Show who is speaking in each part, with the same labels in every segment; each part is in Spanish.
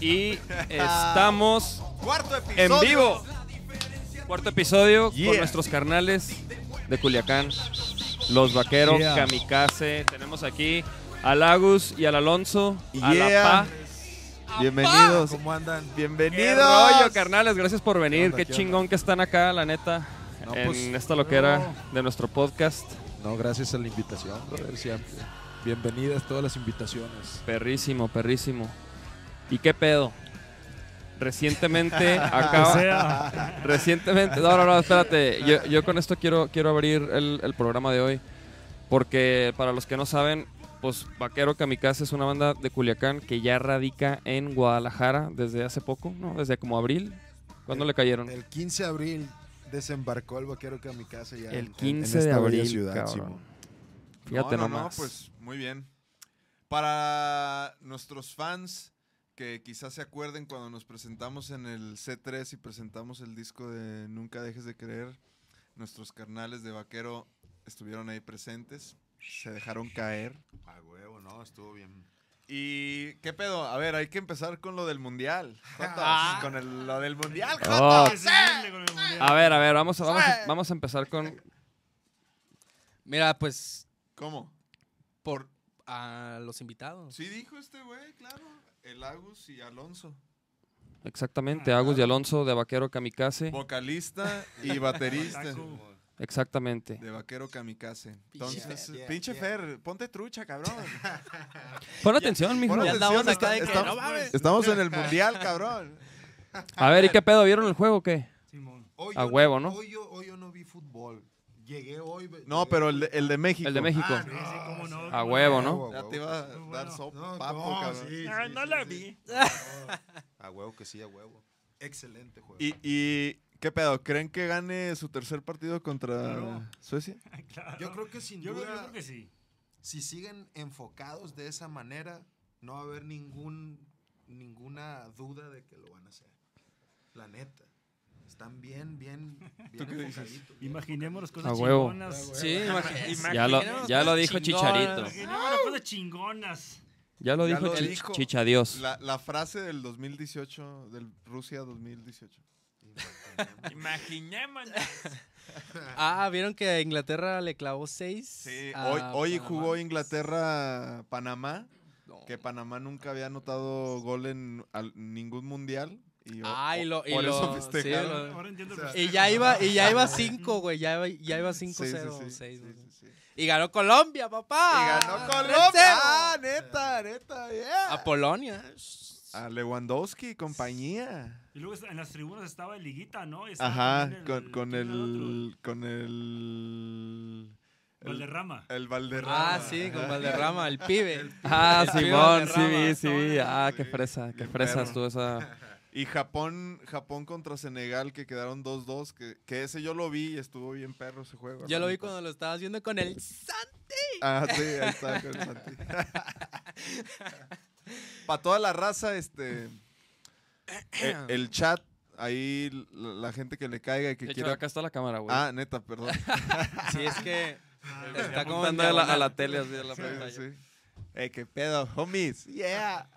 Speaker 1: Y estamos
Speaker 2: Cuarto episodio.
Speaker 1: en vivo. Cuarto episodio
Speaker 2: Yeah.
Speaker 1: con nuestros carnales de Culiacán, los vaqueros,
Speaker 3: Yeah.
Speaker 1: Kamikaze. Tenemos aquí al Agus y al Alonso, a
Speaker 2: Yeah.
Speaker 1: la Pa.
Speaker 2: Bienvenidos.
Speaker 3: ¿Cómo andan?
Speaker 2: Bienvenidos.
Speaker 1: ¡Qué rollo, carnales! Gracias por venir.
Speaker 3: onda,
Speaker 1: Qué
Speaker 3: qué
Speaker 1: chingón que están acá, la neta,
Speaker 3: No,
Speaker 1: en
Speaker 3: pues,
Speaker 1: esta loquera de nuestro podcast.
Speaker 3: No, gracias a la invitación, brother, siempre. Bienvenidas todas las invitaciones.
Speaker 1: Perrísimo, perrísimo. ¿Y qué pedo? Recientemente acaba. Recientemente. No, no, no, espérate. Yo, yo con esto quiero, quiero abrir el, el programa de hoy. Porque para los que no saben, pues Vaquero Kamikaze es una banda de Culiacán que ya radica en Guadalajara desde hace poco, ¿no? Desde como abril. ¿Cuándo le cayeron?
Speaker 4: El 15 de abril desembarcó el vaquero que a mi casa ya. en-
Speaker 1: El
Speaker 4: en-
Speaker 1: 15
Speaker 4: en
Speaker 1: de
Speaker 4: esta bella
Speaker 1: abril,
Speaker 4: ciudad,
Speaker 1: cabrón.
Speaker 4: Simón.
Speaker 1: Fíjate
Speaker 2: no, no,
Speaker 1: nomás.
Speaker 2: No, pues muy bien. Para nuestros fans que quizás se acuerden cuando nos presentamos en el C3 y presentamos el disco de Nunca dejes de creer, nuestros carnales de vaquero estuvieron ahí presentes, se dejaron caer.
Speaker 4: Ah, huevo, no, estuvo bien.
Speaker 2: ¿Y qué pedo? A ver, hay que empezar con lo del mundial. Jotas,
Speaker 4: Ah.
Speaker 2: Con el- lo del mundial.
Speaker 1: Oh,
Speaker 2: Jotas.
Speaker 1: a ver, a ver, vamos a, vamos a- vamos a empezar con.
Speaker 5: Mira, pues
Speaker 2: ¿Cómo?
Speaker 5: por a los invitados.
Speaker 2: Sí dijo este güey, claro. El Agus y Alonso.
Speaker 1: Exactamente, Agus y Alonso de Vaquero Kamikaze.
Speaker 2: Vocalista y baterista.
Speaker 1: Exactamente.
Speaker 2: De vaquero kamikaze.
Speaker 5: Pinche
Speaker 2: Entonces,
Speaker 4: Fer.
Speaker 2: pinche
Speaker 4: Yeah,
Speaker 2: Fer, ponte trucha, cabrón.
Speaker 1: Pon atención, mijo.
Speaker 2: Pon
Speaker 5: Ya
Speaker 2: atención,
Speaker 5: andamos acá de que,
Speaker 2: estamos,
Speaker 5: no mames.
Speaker 2: estamos en el mundial, cabrón.
Speaker 1: A ver, ¿y qué pedo? ¿Vieron el juego o qué?
Speaker 4: Hoy
Speaker 1: A
Speaker 4: yo
Speaker 1: huevo, ¿no?
Speaker 4: Hoy yo, hoy yo no vi fútbol. Llegué hoy. ve-
Speaker 2: No,
Speaker 4: llegué-
Speaker 2: pero el de, el de México.
Speaker 1: El de México.
Speaker 4: Ah,
Speaker 6: Sí, sí, cómo no,
Speaker 1: A
Speaker 6: cómo
Speaker 1: huevo,
Speaker 4: A
Speaker 1: ¿no?
Speaker 4: huevo, a
Speaker 2: Ya
Speaker 4: huevo.
Speaker 2: te iba a
Speaker 6: Muy
Speaker 2: dar
Speaker 6: bueno.
Speaker 2: sopa,
Speaker 4: No,
Speaker 2: papo,
Speaker 4: no,
Speaker 2: cabrón.
Speaker 4: sí,
Speaker 6: Ah,
Speaker 4: sí,
Speaker 6: no
Speaker 4: sí,
Speaker 6: la
Speaker 4: sí.
Speaker 6: vi.
Speaker 4: A huevo que sí, a huevo. Excelente juego.
Speaker 2: Y, y, ¿qué pedo? ¿Creen que gane su tercer partido contra
Speaker 6: Claro.
Speaker 2: Suecia?
Speaker 6: Claro.
Speaker 4: yo creo que sin
Speaker 6: Yo creo- yo
Speaker 4: duda,
Speaker 6: creo que sí.
Speaker 4: si siguen enfocados de esa manera, no va a haber ningún ninguna duda de que lo van a hacer. La neta. Están bien, bien, bien
Speaker 2: qué dices?
Speaker 4: enfocaditos, bien
Speaker 6: Imaginémonos
Speaker 1: A
Speaker 6: cosas
Speaker 1: huevo.
Speaker 6: chingonas.
Speaker 5: Sí, imagi-
Speaker 1: Ya lo-
Speaker 5: imaginemos
Speaker 1: ya lo
Speaker 5: cosas
Speaker 1: dijo
Speaker 5: chingonas.
Speaker 1: Chicharito.
Speaker 6: Imaginémonos cosas chingonas.
Speaker 1: Ya lo
Speaker 2: Ya
Speaker 1: dijo
Speaker 2: lo
Speaker 1: Chi-
Speaker 2: dijo.
Speaker 1: Chicha Dios.
Speaker 2: La, la frase del 2018, del Rusia 2018.
Speaker 4: imaginemos.
Speaker 6: Imaginémonos.
Speaker 5: Ah, ¿vieron que a Inglaterra le clavó 6?
Speaker 2: Sí,
Speaker 5: Ah,
Speaker 2: hoy, hoy jugó Inglaterra-Panamá, que Panamá nunca había anotado gol en al- ningún mundial. Y, o-
Speaker 5: Ah, y
Speaker 2: o-
Speaker 5: lo, y
Speaker 2: por
Speaker 5: lo-
Speaker 2: eso
Speaker 5: sí,
Speaker 2: festejaron.
Speaker 5: lo-
Speaker 6: Ahora entiendo el
Speaker 5: y
Speaker 6: festejo.
Speaker 5: ya iba, y ya iba 5, güey. Ya iba, ya iba 5-0.
Speaker 2: Sí, sí, sí,
Speaker 5: seis,
Speaker 2: sí,
Speaker 5: güey.
Speaker 2: sí, sí.
Speaker 5: Y ganó Colombia, papá.
Speaker 2: Y ganó
Speaker 5: 3-0.
Speaker 2: Colombia. Ah, neta, neta, yeah. Ah,
Speaker 5: A Polonia.
Speaker 2: A Lewandowski y compañía.
Speaker 6: Y luego en las tribunas estaba el Liguita, ¿no? Y estaba
Speaker 2: Ajá,
Speaker 6: también
Speaker 2: con, con
Speaker 6: ¿quién era otro?
Speaker 2: el. Con el. El,
Speaker 6: Valderrama.
Speaker 2: el Valderrama.
Speaker 5: Ah, sí, con Valderrama, el pibe.
Speaker 1: Ah,
Speaker 5: El pibe
Speaker 1: Simón, sí
Speaker 5: Valderrama.
Speaker 1: vi, sí vi. Ah, qué
Speaker 2: Sí,
Speaker 1: fresa, qué
Speaker 2: bien
Speaker 1: fresa
Speaker 2: perro.
Speaker 1: estuvo esa.
Speaker 2: Y Japón, Japón contra Senegal, que quedaron 2-2. Que, que ese yo lo vi y estuvo bien perro ese juego. la
Speaker 5: Yo lo vi
Speaker 2: neta.
Speaker 5: cuando lo estabas viendo con el San.
Speaker 2: Ah, sí, ahí está con Santi. Para toda la raza, este. e- El chat, ahí la, la gente que le caiga y que
Speaker 1: De hecho,
Speaker 2: quiera.
Speaker 1: acá está la cámara, güey.
Speaker 2: ah, neta, perdón.
Speaker 5: Sí, es que está como
Speaker 1: Apuntando a la, a la tele, así a la
Speaker 2: Ah, Sí,
Speaker 1: pantalla.
Speaker 2: sí. Eh, qué pedo, homies. Yeah.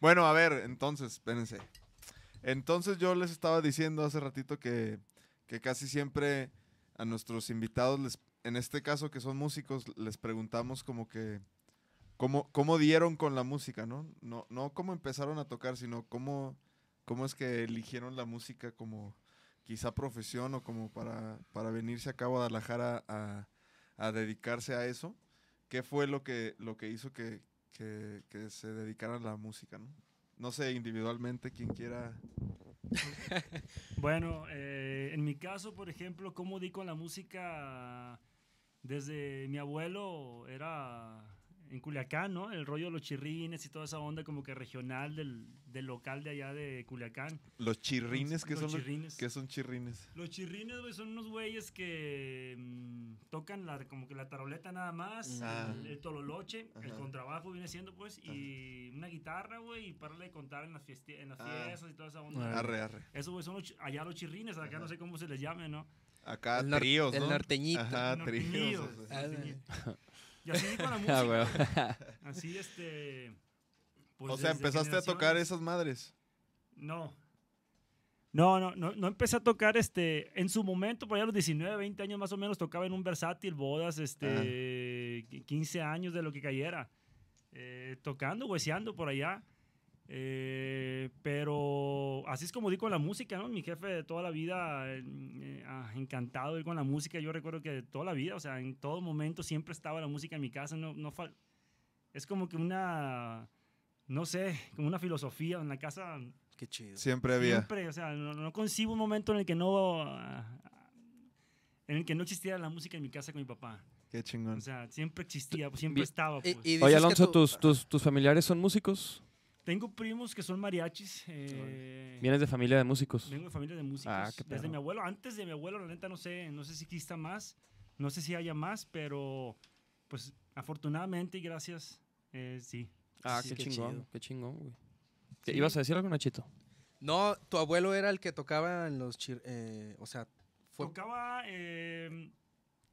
Speaker 2: Bueno, a ver, entonces, espérense. Entonces yo les estaba diciendo hace ratito que, que casi siempre a nuestros invitados, les, en este caso que son músicos, les preguntamos como que cómo, cómo dieron con la música, ¿no? No, no cómo empezaron a tocar, sino cómo, cómo es que eligieron la música como quizá profesión o como para, para venirse acá a Guadalajara a, a dedicarse a eso. ¿Qué fue lo que, lo que hizo que, que, que se dedicaran a la música, no? No sé, individualmente, quien quiera.
Speaker 6: Bueno, eh, en mi caso, por ejemplo, cómo di con la música desde mi abuelo era en Culiacán, ¿no? El rollo de los chirrines y toda esa onda como que regional del, del local de allá de Culiacán.
Speaker 2: Los chirrines, ¿qué
Speaker 6: Los
Speaker 2: son los
Speaker 6: chirrines.
Speaker 2: qué son chirrines?
Speaker 6: Los chirrines, güey, son unos güeyes que mm, tocan la, como que la taroleta nada más,
Speaker 2: Ah.
Speaker 6: el, el tololoche, el
Speaker 2: Ajá.
Speaker 6: contrabajo viene siendo, pues, y una guitarra, güey, y para de contar en las, fiesti- en las
Speaker 2: Ah.
Speaker 6: fiestas y toda esa onda.
Speaker 2: Arre, arre.
Speaker 6: Eso, güey, son los chi- allá los chirrines, acá no sé cómo se les llame, ¿no?
Speaker 2: Acá
Speaker 5: El nor-
Speaker 2: Ah, tríos,
Speaker 5: el
Speaker 2: ¿no?
Speaker 5: norteñito.
Speaker 2: Ajá, Ah, tríos.
Speaker 6: Norteñidos,
Speaker 2: o sea.
Speaker 5: Ah,
Speaker 6: norteñidos. Y así con la
Speaker 1: Ah,
Speaker 6: música.
Speaker 1: güey.
Speaker 6: Así, este... Pues
Speaker 2: o sea,
Speaker 6: desde
Speaker 2: empezaste a tocar
Speaker 6: generaciones.
Speaker 2: esas madres.
Speaker 6: No. No, no, no, no empecé a tocar este, en su momento, por allá a los 19, 20 años más o menos, tocaba en un versátil, bodas, este, qui- 15 años de lo que cayera, eh, tocando, hueseando por allá. Eh, pero así es como di con la música, ¿no? Mi jefe de toda la vida, eh, eh, ah, encantado de ir con la música. Yo recuerdo que de toda la vida, o sea, en todo momento siempre estaba la música en mi casa. No, no fal- es como que una, no sé, como una filosofía en la casa.
Speaker 5: Qué chido.
Speaker 2: Siempre había.
Speaker 6: Siempre, o sea, no, no concibo un momento en el que no ah, en el que no existiera la música en mi casa con mi papá.
Speaker 2: Qué chingón.
Speaker 6: O sea, siempre existía, pues, siempre
Speaker 1: Vi-
Speaker 6: estaba.
Speaker 5: Y-
Speaker 6: Pues.
Speaker 5: y dices
Speaker 1: Oye,
Speaker 5: que
Speaker 1: Alonso,
Speaker 5: tu-
Speaker 1: tus, tus, tus familiares son músicos.
Speaker 6: Tengo primos que son mariachis. eh,
Speaker 1: Vienes de familia de músicos.
Speaker 6: vengo de familia de músicos.
Speaker 1: Ah, qué
Speaker 6: desde
Speaker 1: perro.
Speaker 6: mi abuelo, antes de mi abuelo, la neta no sé, no sé si exista más, no sé si haya más, pero pues afortunadamente y gracias, eh, sí.
Speaker 1: Ah,
Speaker 5: Sí,
Speaker 1: qué,
Speaker 5: qué
Speaker 1: chingón,
Speaker 5: chido.
Speaker 1: qué chingón, güey. ¿Qué- ¿Ibas a decir algo, Nachito?
Speaker 5: No, tu abuelo era el que tocaba en los chir- eh, o sea, fue
Speaker 6: Tocaba eh,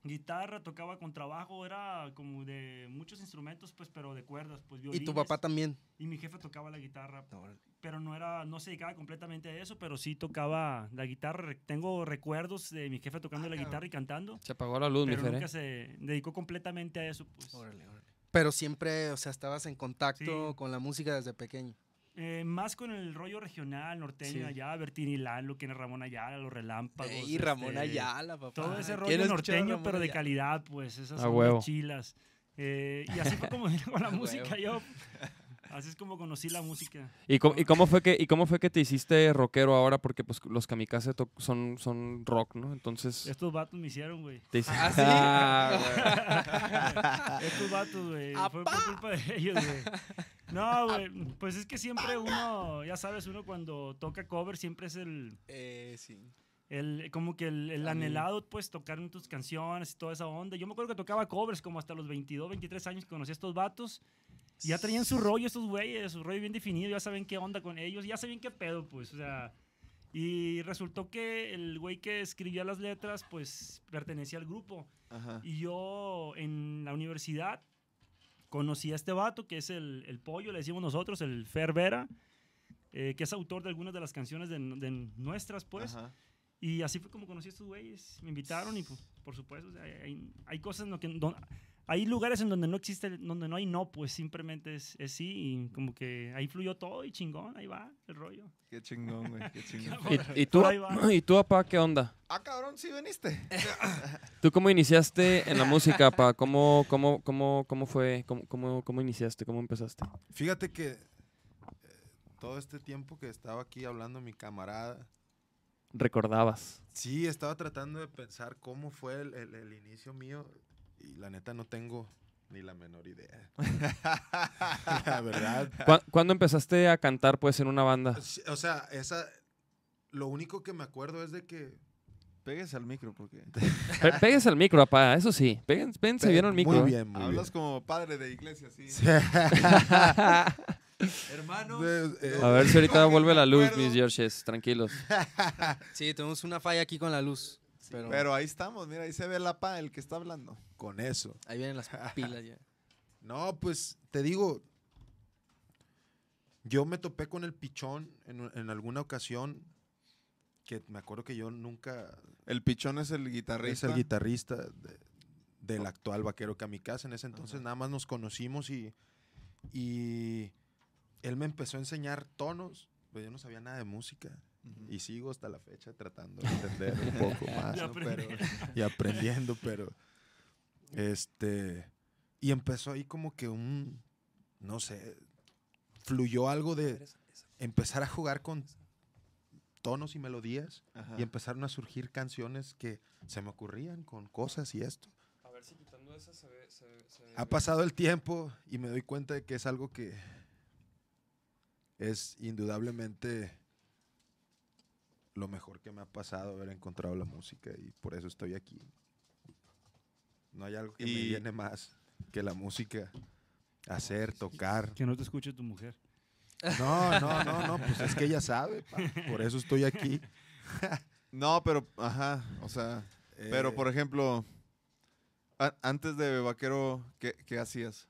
Speaker 6: guitarra, tocaba con trabajo, era como de muchos instrumentos, pues, pero de cuerdas, pues
Speaker 5: y
Speaker 6: violines.
Speaker 5: tu papá también.
Speaker 6: Y mi jefe tocaba la guitarra,
Speaker 5: Órale.
Speaker 6: pero no era, no se dedicaba completamente a eso, pero sí tocaba la guitarra. Re- Tengo recuerdos de mi jefe tocando
Speaker 4: Ah,
Speaker 6: la
Speaker 4: cabrón.
Speaker 6: guitarra y cantando,
Speaker 1: Se apagó la luz, mi
Speaker 6: pero
Speaker 1: Fer.
Speaker 6: nunca
Speaker 1: ¿eh?
Speaker 6: se dedicó completamente a eso. Pues.
Speaker 5: Órale, órale. Pero siempre, o sea, estabas en contacto
Speaker 6: Sí.
Speaker 5: con la música desde pequeño.
Speaker 6: Eh, más con el rollo regional, norteño,
Speaker 5: Sí.
Speaker 6: allá, Bertín y Lalo, quien es Ramón Ayala, los relámpagos.
Speaker 5: Y Ramón
Speaker 6: este,
Speaker 5: Ayala, papá.
Speaker 6: Todo ese
Speaker 5: ¿Quién
Speaker 6: rollo
Speaker 5: no escuchaba a
Speaker 6: norteño,
Speaker 5: Ramón
Speaker 6: pero de
Speaker 5: Ayala?
Speaker 6: calidad, pues. Esas
Speaker 1: A
Speaker 6: son
Speaker 1: Ah, huevo.
Speaker 6: las chilas. Eh, y así fue como vine con la
Speaker 5: A huevo.
Speaker 6: música yo. Así es como conocí la música.
Speaker 1: ¿Y, cómo, y cómo fue que, ¿Y cómo fue que te hiciste rockero ahora? Porque pues los kamikaze to- son, son rock, ¿no? Entonces...
Speaker 6: Estos vatos me hicieron, güey.
Speaker 1: Te hiciste...
Speaker 5: ¿Ah, sí?
Speaker 1: Ah,
Speaker 6: Estos vatos, güey. Fue por culpa de ellos, güey. No, güey. Pues es que siempre uno, ya sabes, uno cuando toca cover siempre es el,
Speaker 5: Eh, sí.
Speaker 6: el como que el, el
Speaker 5: A mí.
Speaker 6: anhelado, pues, tocar en tus canciones y toda esa onda. Yo me acuerdo que tocaba covers como hasta los 22, 23 años que conocí a estos vatos. Y Ya traían su rollo estos güeyes, su rollo bien definido, ya saben qué onda con ellos, ya saben qué pedo, pues, o sea... Y resultó que el güey que escribía las letras, pues, pertenecía al grupo.
Speaker 2: Ajá.
Speaker 6: Y yo en la universidad conocí a este vato que es el, el pollo, le decimos nosotros, el Fer Vera, eh, que es autor de algunas de las canciones de, de nuestras, pues.
Speaker 2: Ajá.
Speaker 6: Y así fue como conocí a estos güeyes. Me invitaron y, pues, por supuesto, o sea, hay, hay cosas en lo que... don- hay lugares en donde no existe, el- donde no hay no, pues simplemente es, es sí y como que ahí fluyó todo y chingón, ahí va el rollo.
Speaker 2: Qué chingón, güey. Qué chingón.
Speaker 1: ¿Y, y tú,
Speaker 6: Por ahí va.
Speaker 1: ¿Y tú, papá, qué onda?
Speaker 2: ah, cabrón, sí veniste.
Speaker 1: ¿Tú cómo iniciaste en la música, papá? ¿Cómo, cómo, cómo, ¿Cómo fue? ¿Cómo, cómo, cómo iniciaste? ¿Cómo empezaste?
Speaker 4: Fíjate que eh, todo este tiempo que estaba aquí hablando mi camarada,
Speaker 1: ¿Recordabas?
Speaker 4: sí, estaba tratando de pensar cómo fue el, el- el inicio mío y la neta no tengo ni la menor idea. la verdad.
Speaker 1: ¿Cuá- ¿Cuándo empezaste a cantar, pues, en una banda?
Speaker 4: Sí, O sea, esa... Lo único que me acuerdo es de que...
Speaker 2: Pégase al micro porque
Speaker 1: Pe- Péguense al micro, papá, eso sí. Péguense, péguense bien al micro.
Speaker 4: Muy
Speaker 1: ¿eh?
Speaker 4: bien, muy
Speaker 2: hablas como padre de iglesia, sí.
Speaker 4: Hermanos. eh,
Speaker 1: A ver si ahorita vuelve la luz, mis Georges, tranquilos.
Speaker 5: Sí, tenemos una falla aquí con la luz. Pero,
Speaker 2: Pero ahí estamos, mira, ahí se ve la pa, el que está hablando.
Speaker 4: Con eso.
Speaker 5: ahí vienen las pilas ya.
Speaker 4: No, pues te digo, yo me topé con el pichón en, u- en alguna ocasión, que me acuerdo que yo nunca
Speaker 2: El pichón es el
Speaker 4: es
Speaker 2: guitarrista.
Speaker 4: el guitarrista de- del actual vaquero Kamikaze. En ese entonces nada más nos conocimos y, y él me empezó a enseñar tonos, pero yo no sabía nada de música.
Speaker 2: Ujú.
Speaker 4: Y sigo hasta la fecha tratando de entender un poco más.
Speaker 6: Y
Speaker 4: ¿no? Pero-
Speaker 6: aprendí.
Speaker 4: y aprendiendo, pero este y empezó ahí como que un no sé, fluyó algo de empezar a jugar con tonos y melodías
Speaker 2: Ajá.
Speaker 4: y empezaron a surgir canciones que se me ocurrían con cosas y esto.
Speaker 1: A ver si quitando esa se ve.
Speaker 4: Ha pasado el tiempo y me doy cuenta de que es algo que es indudablemente lo mejor que me ha pasado haber encontrado la música y por eso estoy aquí. No hay algo que me
Speaker 2: Y-
Speaker 4: viene más que la música. Hacer, tocar.
Speaker 6: Que no te escuche tu mujer.
Speaker 4: No, no, no, no, pues es que ella sabe, pa, por eso estoy aquí.
Speaker 2: No, pero, ajá, o sea, pero
Speaker 4: Eh,
Speaker 2: por ejemplo, a- antes de Vaquero, ¿qué, qué hacías?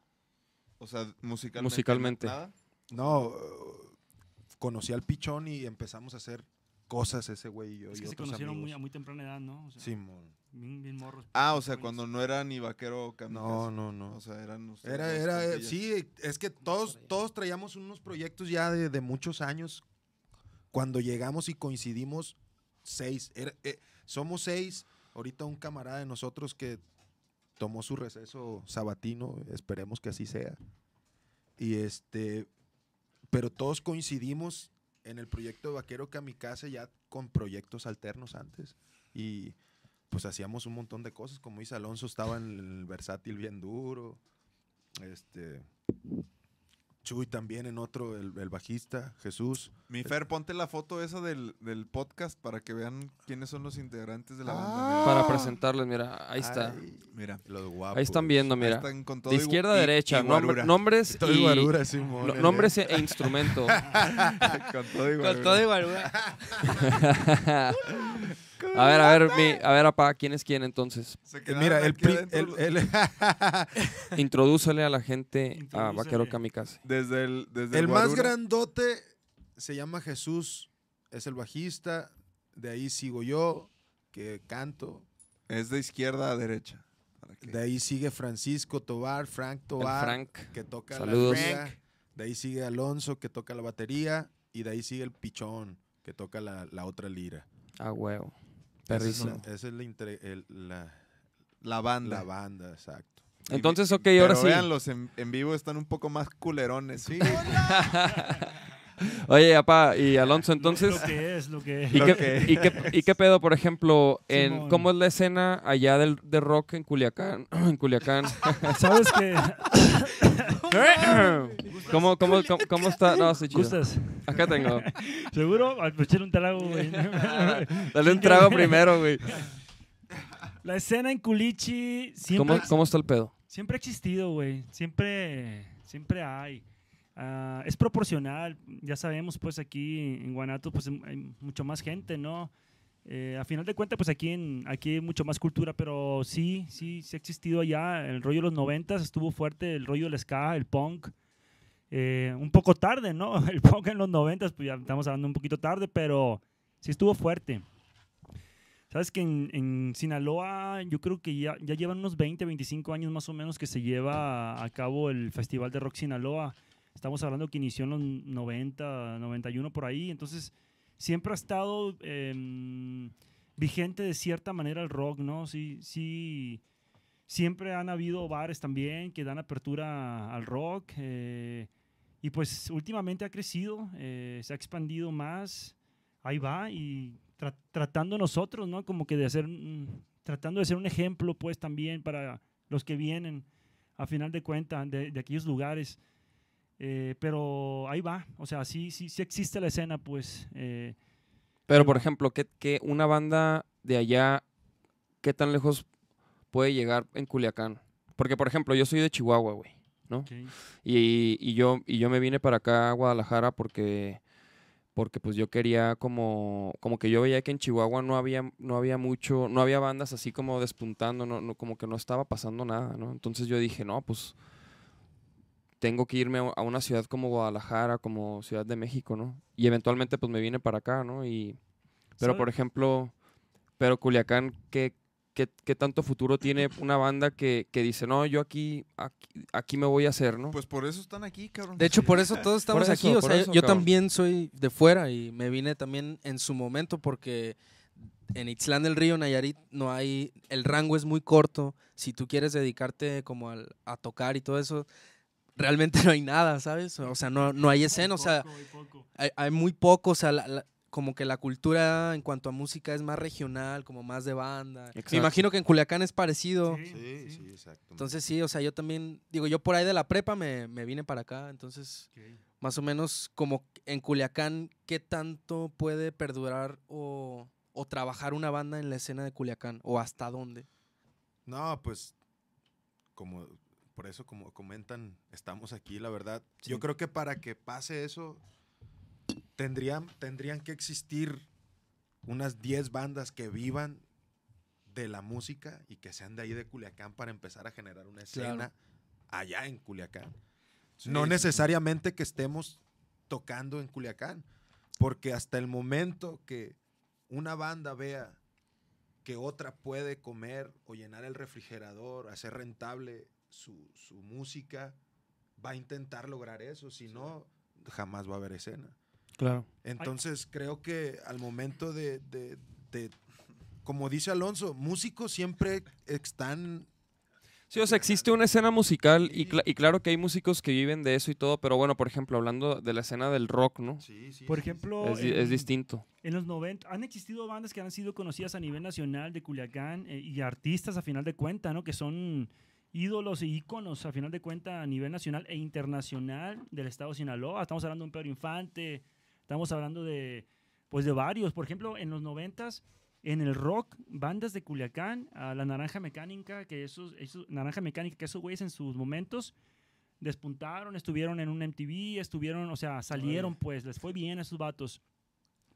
Speaker 2: O sea, musicalmente.
Speaker 1: Musicalmente.
Speaker 2: ¿Nada?
Speaker 4: No, eh, conocí al pichón y empezamos a hacer cosas ese güey y yo.
Speaker 6: Es
Speaker 4: y
Speaker 6: que se
Speaker 4: otros
Speaker 6: conocieron muy, a
Speaker 4: amigos.
Speaker 6: muy temprana edad, ¿no? O sea,
Speaker 4: Simón.
Speaker 6: Bien, bien morros. pues,
Speaker 2: Ah, o sea,
Speaker 6: jóvenes.
Speaker 2: cuando no era ni vaquero o kamikaze.
Speaker 4: No, no, no.
Speaker 2: O sea, eran ustedes
Speaker 4: Era,
Speaker 2: dos
Speaker 4: era, eh,
Speaker 2: compillas.
Speaker 4: sí, es que todos, todos traíamos unos proyectos ya de, de muchos años. Cuando llegamos y coincidimos, seis. Era- eh, somos seis. Ahorita un camarada de nosotros que tomó su receso sabatino, esperemos que así sea. Y este, pero todos coincidimos en el proyecto de Vaquero Kamikaze ya con proyectos alternos antes. Y pues hacíamos un montón de cosas, como dice Alonso, estaba en el versátil bien duro. Este. Chuy también en otro, el, el bajista, Jesús.
Speaker 2: Mi Fer, ponte la foto esa del, del podcast para que vean quiénes son los integrantes de la
Speaker 4: Ah.
Speaker 2: banda.
Speaker 1: Para presentarlos, mira, ahí está.
Speaker 4: Ay,
Speaker 2: Mira,
Speaker 4: los guapos.
Speaker 1: Ahí están viendo, mira.
Speaker 2: mira. Están con todo
Speaker 1: De
Speaker 2: y-
Speaker 1: izquierda
Speaker 2: y-
Speaker 1: a derecha,
Speaker 2: y
Speaker 1: nombre-
Speaker 2: guarura.
Speaker 1: nombres
Speaker 4: Todo el
Speaker 1: y-
Speaker 4: guarura, Simón,
Speaker 1: no-
Speaker 4: el-
Speaker 1: nombres e e instrumento.
Speaker 2: con todo y
Speaker 5: Con
Speaker 2: guarura.
Speaker 5: todo igual, güey.
Speaker 1: A ver, a ver, mi- a ver, apá, ¿quién es quién entonces?
Speaker 2: Se
Speaker 4: Eh,
Speaker 2: quedaron
Speaker 4: Mira, el,
Speaker 2: aquí
Speaker 4: pri-
Speaker 2: adentro
Speaker 4: el-
Speaker 2: los-
Speaker 4: el-
Speaker 1: Introdúcele a la gente a
Speaker 6: Introdúcele.
Speaker 1: Vaquero Kamikaze.
Speaker 2: desde el, desde
Speaker 4: el más
Speaker 2: guarura.
Speaker 4: grandote se llama Jesús, es el bajista. De ahí sigo yo, que canto.
Speaker 2: Es de izquierda a derecha. Para que-
Speaker 4: De ahí sigue Francisco Tobar, Frank
Speaker 1: El
Speaker 4: Tobar,
Speaker 1: Frank.
Speaker 4: que toca
Speaker 1: Saludos.
Speaker 4: la batería. De ahí sigue Alonso, que toca la batería. Y de ahí sigue el Pichón, que toca la, la otra lira.
Speaker 1: A huevo.
Speaker 4: Esa es
Speaker 1: Perrísimo.
Speaker 4: la- Esa es la, intre- el- la-
Speaker 2: la banda.
Speaker 4: la banda, exacto.
Speaker 1: Entonces, ok,
Speaker 2: Pero
Speaker 1: ahora sí.
Speaker 2: véanlos en, en vivo, están un poco más culerones. Sí.
Speaker 1: Oye, apá, y Alonso,
Speaker 6: Lo-
Speaker 1: entonces.
Speaker 6: Lo, que es, lo que es.
Speaker 1: ¿Y
Speaker 2: Lo
Speaker 1: qué,
Speaker 2: que
Speaker 1: y qué- y qué pedo, por ejemplo, en
Speaker 6: Simón.
Speaker 1: cómo es la escena allá del, de rock en Culiacán? En Culiacán.
Speaker 6: ¿Sabes qué?
Speaker 1: ¿Cómo, cómo, cómo, cómo está? No, sí, chido.
Speaker 6: ¿Gustas?
Speaker 1: Acá tengo.
Speaker 6: ¿Seguro? Al echar un trago, güey.
Speaker 1: Dale un trago primero, güey.
Speaker 6: La escena en Culichi siempre,
Speaker 1: ¿Cómo, ¿Cómo está el pedo?
Speaker 6: siempre ha existido, güey. Siempre, siempre hay. Ah, es proporcional. Ya sabemos, pues aquí en Guanato pues, em- hay mucho más gente, ¿no? Eh, a final de cuentas, pues aquí, en, aquí hay mucho más cultura, pero sí, sí, sí ha existido allá. El rollo de los noventas estuvo fuerte, el rollo del ska, el punk. Eh, un poco tarde, ¿no? El punk en los noventas, pues ya estamos hablando un poquito tarde, pero sí estuvo fuerte. Sabes que en, en Sinaloa yo creo que ya, ya llevan unos 20, 25 años más o menos que se lleva a cabo el Festival de Rock Sinaloa. Estamos hablando que inició en los 90, 91 por ahí. Entonces siempre ha estado em, vigente de cierta manera el rock, ¿no? Sí, sí. Siempre han habido bares también que dan apertura al rock. eh, y pues últimamente ha crecido, eh, se ha expandido más ahí va y tra- tratando nosotros, ¿no? Como que de hacer, un- tratando de ser un ejemplo, pues también para los que vienen, a final de cuentas, de, de aquellos lugares. Eh, pero ahí va, o sea, sí, sí, sí existe la escena, pues. eh,
Speaker 1: Pero, por ejemplo, ¿qué, qué una banda de allá, ¿qué tan lejos puede llegar en Culiacán? Porque, por ejemplo, yo soy de Chihuahua, güey, ¿no? Y, y yo, y yo me vine para acá a Guadalajara porque, porque pues yo quería como, como que yo veía que en Chihuahua no había, no había mucho, no había bandas así como despuntando, no, no- como que no estaba pasando nada, ¿no? Entonces yo dije, no, pues tengo que irme a a una ciudad como Guadalajara, como Ciudad de México, ¿no? Y eventualmente pues me vine para acá, ¿no? Y, pero
Speaker 6: ¿sabe?
Speaker 1: por ejemplo, pero Culiacán, ¿qué, qué, qué tanto futuro tiene una banda que, que dice, no, yo aquí, aquí, aquí me voy a hacer, ¿no?
Speaker 2: Pues por eso están aquí, cabrón.
Speaker 5: De hecho, por eso todos estamos
Speaker 1: eso,
Speaker 5: aquí. O
Speaker 1: por
Speaker 5: sea,
Speaker 1: eso,
Speaker 5: yo
Speaker 1: cabrón.
Speaker 5: también soy de fuera y me vine también en su momento porque en Itzlán del Río, Nayarit, no hay. El rango es muy corto. Si tú quieres dedicarte como al- a tocar y todo eso, realmente no hay nada, ¿sabes? O sea, no, no hay escena. O sea,
Speaker 6: Poco, poco.
Speaker 5: hay, hay muy poco. O sea, la- la- como que la cultura en cuanto a música es más regional, como más de banda.
Speaker 1: Exacto.
Speaker 5: Me imagino que en Culiacán es parecido.
Speaker 6: Sí,
Speaker 4: Sí,
Speaker 6: sí.
Speaker 4: sí, exacto.
Speaker 5: Entonces sí, o sea, yo también, digo, yo por ahí de la prepa me, me vine para acá, entonces
Speaker 6: Ok.
Speaker 5: más o menos como en Culiacán, ¿qué tanto puede perdurar o, o trabajar una banda en la escena de Culiacán? ¿O hasta dónde?
Speaker 4: No, pues, como por eso como comentan, estamos aquí, la verdad. Yo creo que para que pase eso, tendrían, tendrían que existir unas 10 bandas que vivan de la música y que sean de ahí de Culiacán para empezar a generar una escena allá en Culiacán. no necesariamente que estemos tocando en Culiacán, porque hasta el momento que una banda vea que otra puede comer o llenar el refrigerador, hacer rentable su, su música, va a intentar lograr eso, si no, jamás va a haber escena.
Speaker 5: Claro.
Speaker 4: Entonces creo que al momento de, de- de- como dice Alonso, músicos siempre están
Speaker 1: Sí, o sea, existe una escena musical y, cla- y claro que hay músicos que viven de eso y todo, pero bueno, por ejemplo, hablando de la escena del rock, ¿no?
Speaker 6: Por ejemplo,
Speaker 1: Es, di- es distinto.
Speaker 6: En los 90 han existido bandas que han sido conocidas a nivel nacional de Culiacán eh, y artistas a final de cuenta, ¿no? Que son ídolos e íconos a final de cuenta a nivel nacional e internacional del estado de Sinaloa. Estamos hablando de un Pedro Infante, estamos hablando de pues de varios, por ejemplo, en los 90 en el rock, bandas de Culiacán, a la Naranja Mecánica, que esos, esos Naranja Mecánica, que esos güeyes en sus momentos despuntaron, estuvieron en un MTV, estuvieron, o sea, salieron, pues, les fue bien a esos vatos.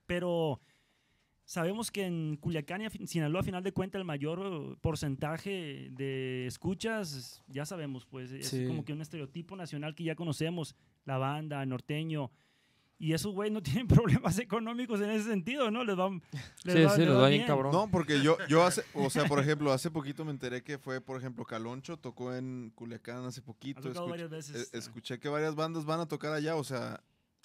Speaker 6: Pero sabemos que en Culiacán y a fin- Sinaloa, a final de cuentas, el mayor eh, porcentaje de escuchas, ya sabemos, pues es
Speaker 5: Sí.
Speaker 6: como que un estereotipo nacional que ya conocemos, la banda, el norteño. Y esos güeyes no tienen problemas económicos en ese sentido, ¿no? Les van
Speaker 1: Sí, sí, les va bien cabrón.
Speaker 2: No, porque yo, yo hace, o sea, por ejemplo, hace poquito me enteré que fue, por ejemplo, Caloncho tocó en Culiacán hace
Speaker 6: Ha
Speaker 2: poquito.
Speaker 6: tocado
Speaker 2: escuché-
Speaker 6: varias veces. ah.
Speaker 2: eh, escuché que varias bandas van a tocar allá, o sea,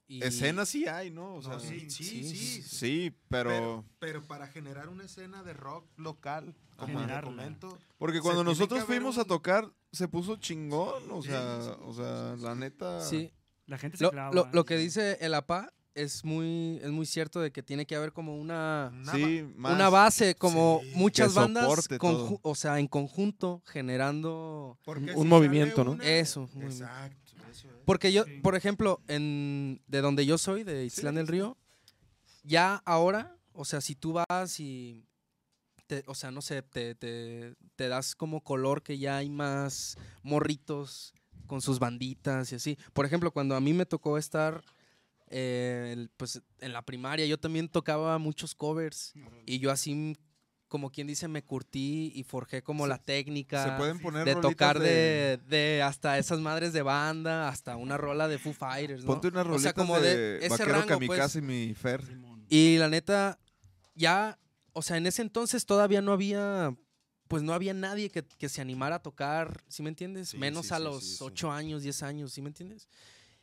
Speaker 5: Y-
Speaker 2: escenas sí hay, ¿no? O sea,
Speaker 4: No, sí, sí,
Speaker 5: sí,
Speaker 4: sí,
Speaker 5: sí,
Speaker 2: Sí, pero,
Speaker 4: Pero, pero para generar una escena de rock local, como te
Speaker 6: Generarla.
Speaker 4: comento,
Speaker 2: porque
Speaker 4: se
Speaker 2: cuando
Speaker 4: tiene que
Speaker 2: nosotros
Speaker 4: haber
Speaker 2: fuimos
Speaker 4: un-
Speaker 2: a tocar se puso chingón, o sea, o sea, la neta.
Speaker 5: Sí,
Speaker 6: La gente se
Speaker 5: lo,
Speaker 6: clava.
Speaker 5: lo- lo que
Speaker 6: sí.
Speaker 5: dice el APA es muy, es muy cierto de que tiene que haber como una,
Speaker 4: una
Speaker 2: sí, más.
Speaker 5: una base, como
Speaker 4: Sí.
Speaker 5: muchas
Speaker 2: Que
Speaker 5: bandas,
Speaker 2: soporte
Speaker 5: conju-
Speaker 2: todo.
Speaker 5: o sea, en conjunto, generando
Speaker 4: Porque
Speaker 1: un
Speaker 4: sale
Speaker 1: movimiento, ¿no?
Speaker 5: Eso, un movimiento.
Speaker 4: Exacto, eso es.
Speaker 5: Porque yo,
Speaker 6: Sí.
Speaker 5: por ejemplo, en, de donde yo soy, de Islán del Río, ya ahora, o sea, si tú vas y, te- o sea, no sé, te, te- te das como color que ya hay más morritos con sus banditas y así. Por ejemplo, cuando a mí me tocó estar, eh, el- pues, en la primaria, yo también tocaba muchos covers y yo así, como quien dice, me curtí y forjé como la técnica
Speaker 2: se pueden poner
Speaker 5: de
Speaker 2: rolitas
Speaker 5: tocar de, de hasta esas madres de banda, hasta una rola de Foo Fighters, ¿no?
Speaker 2: Ponte una
Speaker 5: O
Speaker 2: rolita
Speaker 5: sea, como
Speaker 2: de,
Speaker 5: de ese
Speaker 2: vaquero
Speaker 5: rango, pues.
Speaker 2: Kamikaze y mi Fer.
Speaker 6: Simón.
Speaker 5: Y la neta, ya, o sea, en ese entonces todavía no había, pues no había nadie que, que se animara a tocar, ¿sí me entiendes?
Speaker 4: Sí,
Speaker 5: Menos
Speaker 4: sí,
Speaker 5: a
Speaker 4: sí,
Speaker 5: los
Speaker 4: sí, sí.
Speaker 5: 8 años, 10 años, ¿sí me entiendes?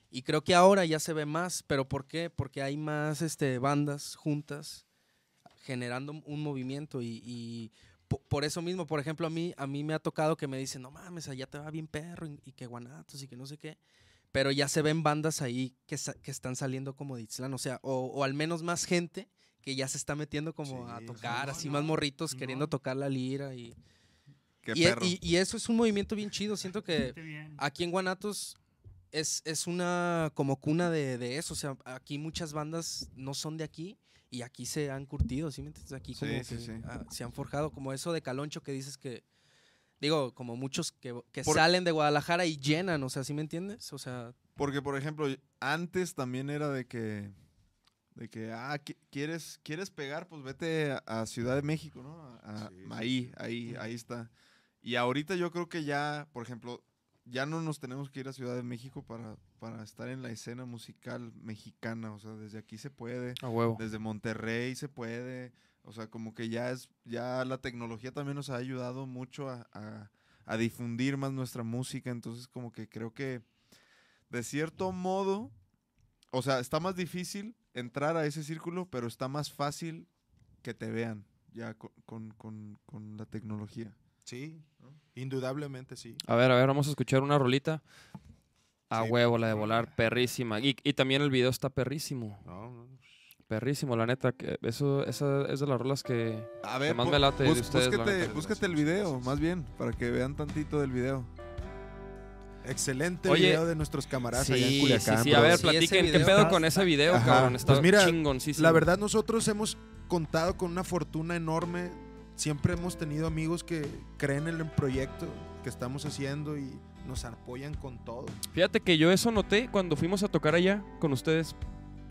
Speaker 5: Y creo que ahora ya se ve más, pero ¿por qué? Porque hay más este, bandas juntas generando un movimiento y, y po- por eso mismo, por ejemplo, a mí, a mí me ha tocado que me dicen, no mames, allá te va bien perro y, y que guanatos y que no sé qué. Pero ya se ven bandas ahí que, sa- que están saliendo como de Itzlán, o sea, o, o al menos más gente que ya se está metiendo como a
Speaker 4: Sí,
Speaker 5: tocar,
Speaker 6: no,
Speaker 5: así
Speaker 6: no,
Speaker 5: más morritos queriendo
Speaker 6: no.
Speaker 5: tocar la lira. Y,
Speaker 2: Qué
Speaker 5: y, e-
Speaker 2: perro.
Speaker 5: y- y eso es un movimiento bien chido, siento que
Speaker 6: Está bien.
Speaker 5: aquí en Guanatos es, es una como cuna de, de eso. O sea, aquí muchas bandas no son de aquí y aquí se han curtido, ¿sí me entiendes? Aquí como
Speaker 2: Sí, sí,
Speaker 5: que,
Speaker 2: sí.
Speaker 5: ah, se han forjado, como eso de Caloncho que dices que, digo, como muchos que, que
Speaker 2: Por-
Speaker 5: salen de Guadalajara y llenan, o sea, ¿sí me entiendes? O sea,
Speaker 2: Porque, por ejemplo, antes también era de que. De que, ah, qui- ¿quieres, quieres pegar, pues vete a, a Ciudad de México, ¿no? A- a-
Speaker 4: Sí, sí,
Speaker 2: ahí, ahí, ahí está. Y ahorita yo creo que ya, por ejemplo, ya no nos tenemos que ir a Ciudad de México para, para estar en la escena musical mexicana. O sea, desde aquí se puede,
Speaker 1: A huevo.
Speaker 2: desde Monterrey se puede. O sea, como que ya es, ya la tecnología también nos ha ayudado mucho a, a- a difundir más nuestra música. Entonces, como que creo que de cierto modo, o sea, está más difícil entrar a ese círculo, pero está más fácil que te vean ya co- con, con- con la tecnología.
Speaker 4: Sí, indudablemente sí.
Speaker 1: A ver, a ver, vamos a escuchar una rolita. A
Speaker 4: Sí.
Speaker 1: huevo, la de volar, perrísima. Y, y también el video está perrísimo.
Speaker 4: No, no,
Speaker 1: Perrísimo, la neta. que eso, esa es de las rolas que.
Speaker 2: A ver,
Speaker 1: más
Speaker 2: bu-
Speaker 1: me late de
Speaker 2: bus-
Speaker 1: ustedes, la
Speaker 2: búsquete,
Speaker 1: neta.
Speaker 2: búsquete el video, más bien, para que vean tantito del video.
Speaker 4: Excelente
Speaker 1: Oye,
Speaker 4: video de nuestros camaradas allá en Culiacán.
Speaker 1: sí, sí. A
Speaker 4: brother.
Speaker 1: ver,
Speaker 5: Sí, ese
Speaker 1: platiquen. ¿Qué
Speaker 5: video
Speaker 1: pedo
Speaker 5: está-
Speaker 1: con ese video,
Speaker 4: Ajá.
Speaker 1: cabrón? Está
Speaker 4: Pues mira,
Speaker 1: chingoncísimo.
Speaker 4: La verdad, nosotros hemos contado con una fortuna enorme. Siempre hemos tenido amigos que creen en el proyecto que estamos haciendo y nos apoyan con todo.
Speaker 1: Fíjate que yo eso noté cuando fuimos a tocar allá con ustedes.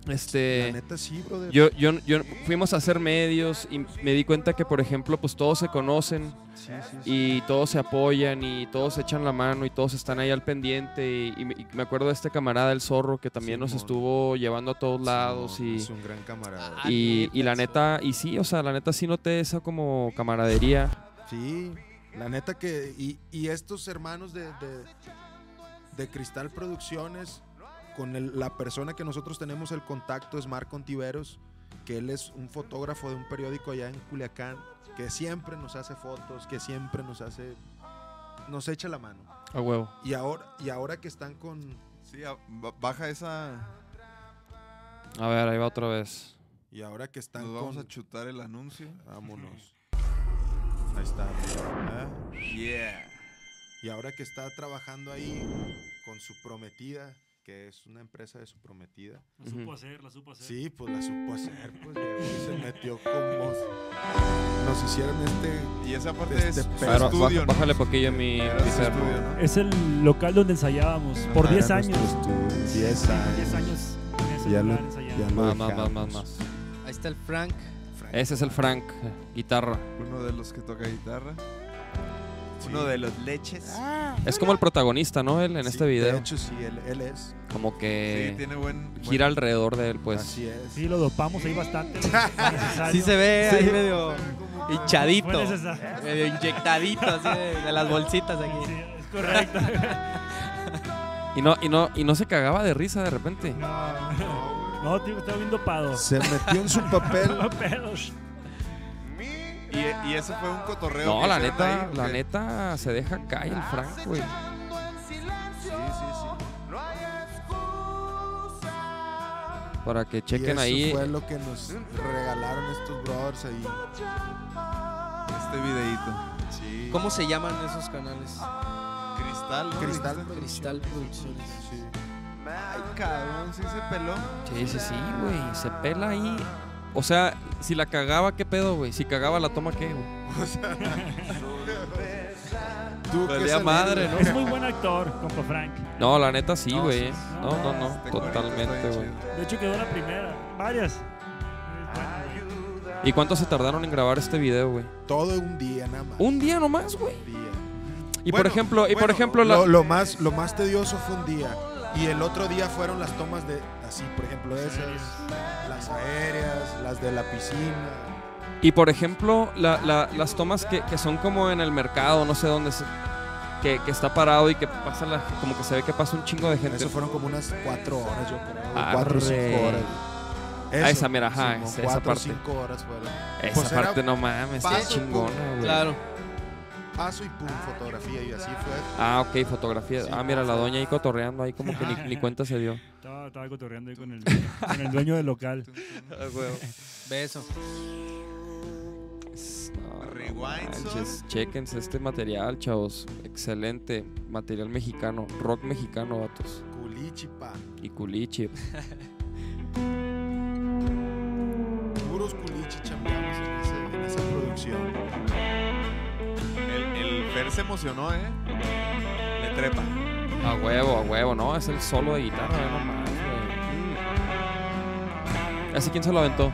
Speaker 1: Este,
Speaker 4: La neta sí, brother.
Speaker 1: yo, yo, yo- fuimos a hacer medios y me di cuenta que, por ejemplo, pues todos se conocen
Speaker 4: Sí,
Speaker 2: Ah,
Speaker 4: sí, sí.
Speaker 1: y todos se apoyan y todos se echan la mano y todos están ahí al pendiente. Y, y me- y me acuerdo de este camarada, el zorro, que también nos
Speaker 4: Simón.
Speaker 1: estuvo llevando a todos lados
Speaker 4: Simón, Ah,
Speaker 1: y...
Speaker 4: Es un gran camarada.
Speaker 1: Y, y la neta, y sí, o sea, la neta sí noté esa como camaradería.
Speaker 4: Sí, la neta que. Y, y estos hermanos de, de, de Cristal Producciones, con el- la persona que nosotros tenemos el contacto es Marco Contiveros, que él es un fotógrafo de un periódico allá en Culiacán, que siempre nos hace fotos, que siempre nos hace. nos echa la mano.
Speaker 1: A huevo.
Speaker 4: Y ahora, y ahora que están con.
Speaker 2: Sí, a- ba- baja esa.
Speaker 1: A ver, ahí va otra vez.
Speaker 4: Y ahora que están
Speaker 2: Nos vamos
Speaker 4: con.
Speaker 2: a chutar el anuncio.
Speaker 4: Vámonos. Ahí está. Ah.
Speaker 2: Yeah.
Speaker 4: Y ahora que está trabajando ahí con su prometida, que es una empresa de su prometida.
Speaker 6: La supo
Speaker 1: Ujú.
Speaker 6: hacer, la supo hacer.
Speaker 4: Sí, pues la supo hacer, pues llegó y se metió con vos. Nos hicieron este.
Speaker 2: Y esa parte
Speaker 4: Este
Speaker 2: es su
Speaker 4: perro.
Speaker 1: Pero
Speaker 2: estudio, ¿no?
Speaker 1: bájale poquillo a mi
Speaker 2: Era su
Speaker 1: pizarro.
Speaker 2: estudio, ¿no?
Speaker 6: Es el local donde ensayábamos por
Speaker 4: Ajá,
Speaker 6: 10
Speaker 4: era
Speaker 6: años.
Speaker 4: nuestro estudio, 10 años.
Speaker 6: 10 años en ese
Speaker 4: Ya lo-
Speaker 6: lugar ensayando.
Speaker 4: ya lo-
Speaker 1: Más, más, más, más,
Speaker 4: dejamos.
Speaker 1: más.
Speaker 5: Ahí está el Frank.
Speaker 1: Ese es el Frank, eh, guitarra.
Speaker 2: Uno de los que toca guitarra.
Speaker 4: Sí. Ah,
Speaker 2: Uno de los leches.
Speaker 1: Es como el protagonista, ¿no? Él en
Speaker 4: Sí,
Speaker 1: este video.
Speaker 4: De hecho, sí, él, él es.
Speaker 1: como
Speaker 2: Sí,
Speaker 1: que
Speaker 2: tiene buen. buen-
Speaker 1: Eh, gira alrededor de él, pues.
Speaker 4: Así es.
Speaker 6: Sí, lo dopamos ahí bastante. lo necesario.
Speaker 5: Sí se ve ahí medio
Speaker 6: Fue
Speaker 5: hinchadito.
Speaker 6: necesario.
Speaker 5: Medio inyectadito así de, de las bolsitas aquí.
Speaker 6: Sí, es correcto.
Speaker 1: Y no, y no, y no se cagaba de risa de repente.
Speaker 6: No, tío, estaba bien dopado.
Speaker 4: Se metió en su papel.
Speaker 6: No, pedos.
Speaker 2: Y, y ese fue un cotorreo.
Speaker 1: No,
Speaker 2: que
Speaker 1: la
Speaker 2: hicieron
Speaker 1: neta,
Speaker 2: ahí, ¿o
Speaker 1: la
Speaker 2: qué?
Speaker 1: neta se deja caer el Frank, güey.
Speaker 2: Sí, sí, sí.
Speaker 1: Para que
Speaker 4: y
Speaker 1: chequen
Speaker 4: eso
Speaker 1: ahí.
Speaker 4: fue lo que nos regalaron estos brothers ahí.
Speaker 2: Este videito. Sí.
Speaker 5: ¿Cómo se llaman esos canales?
Speaker 2: Cristal, ¿no?
Speaker 4: Cristal.
Speaker 5: Cristal Producciones.
Speaker 4: Sí.
Speaker 2: Ay, cabrón, sí se peló.
Speaker 1: Sí, sí, sí, güey. Se pela ahí. O sea, si la cagaba, ¿qué pedo, güey? Si cagaba la toma, ¿qué, güey?
Speaker 4: Tú que
Speaker 1: Valía
Speaker 4: salir,
Speaker 1: madre,
Speaker 4: güey.
Speaker 1: ¿no?
Speaker 6: Es muy buen actor, compa Frank.
Speaker 1: No, la neta sí,
Speaker 6: No,
Speaker 1: güey.
Speaker 6: sí, sí.
Speaker 1: No, no, no.
Speaker 2: Este corito está
Speaker 1: Totalmente,
Speaker 2: bien
Speaker 1: güey.
Speaker 2: chido.
Speaker 6: De hecho, quedó la primera. Varias.
Speaker 1: ¿Y cuánto se tardaron en grabar este video, güey?
Speaker 4: Todo un día nada más.
Speaker 1: Un día nomás, güey.
Speaker 4: día.
Speaker 1: Y por
Speaker 2: Bueno,
Speaker 1: ejemplo, y por
Speaker 2: bueno,
Speaker 1: ejemplo, la-
Speaker 4: Lo, lo más, lo más tedioso fue un día. Y el otro día fueron las tomas de, así, por ejemplo, esas, las aéreas, las de la piscina.
Speaker 1: y por ejemplo, la- la- las tomas que, que son como en el mercado, no sé dónde, se- que, que está parado y que pasa la, como que se ve que pasa un chingo de gente.
Speaker 4: Eso fueron como unas cuatro horas, yo creo. Cuatro o
Speaker 1: Arre.
Speaker 4: cinco horas.
Speaker 1: Ah, esa, mira, ajá,
Speaker 4: Simón,
Speaker 1: esa- esa
Speaker 4: cuatro o
Speaker 1: parte.
Speaker 4: cinco horas fueron.
Speaker 1: Esa
Speaker 4: pues era
Speaker 1: parte no mames, está
Speaker 4: paso,
Speaker 1: chingona, güey.
Speaker 5: Claro.
Speaker 4: Paso y pum, fotografía y así fue.
Speaker 1: Ah, ok, fotografía. ah, mira, la doña ahí cotorreando ahí como que ni, ni cuenta se dio.
Speaker 6: Estaba, estaba cotorreando ahí con el, con el dueño del local.
Speaker 5: Beso.
Speaker 1: No, no
Speaker 2: Rewind, son.
Speaker 1: manches, Chéquense este material, chavos. Excelente. Material mexicano. Rock mexicano, vatos.
Speaker 4: Culichipa.
Speaker 1: Y culichi.
Speaker 4: Puros culichi chambeamos en, ese- en esa producción.
Speaker 2: El, el Fer se emocionó, ¿eh? Le trepa.
Speaker 1: A huevo, a huevo. No, es el solo de guitarra. ve nomás, güey. ¿Ese quién se lo aventó?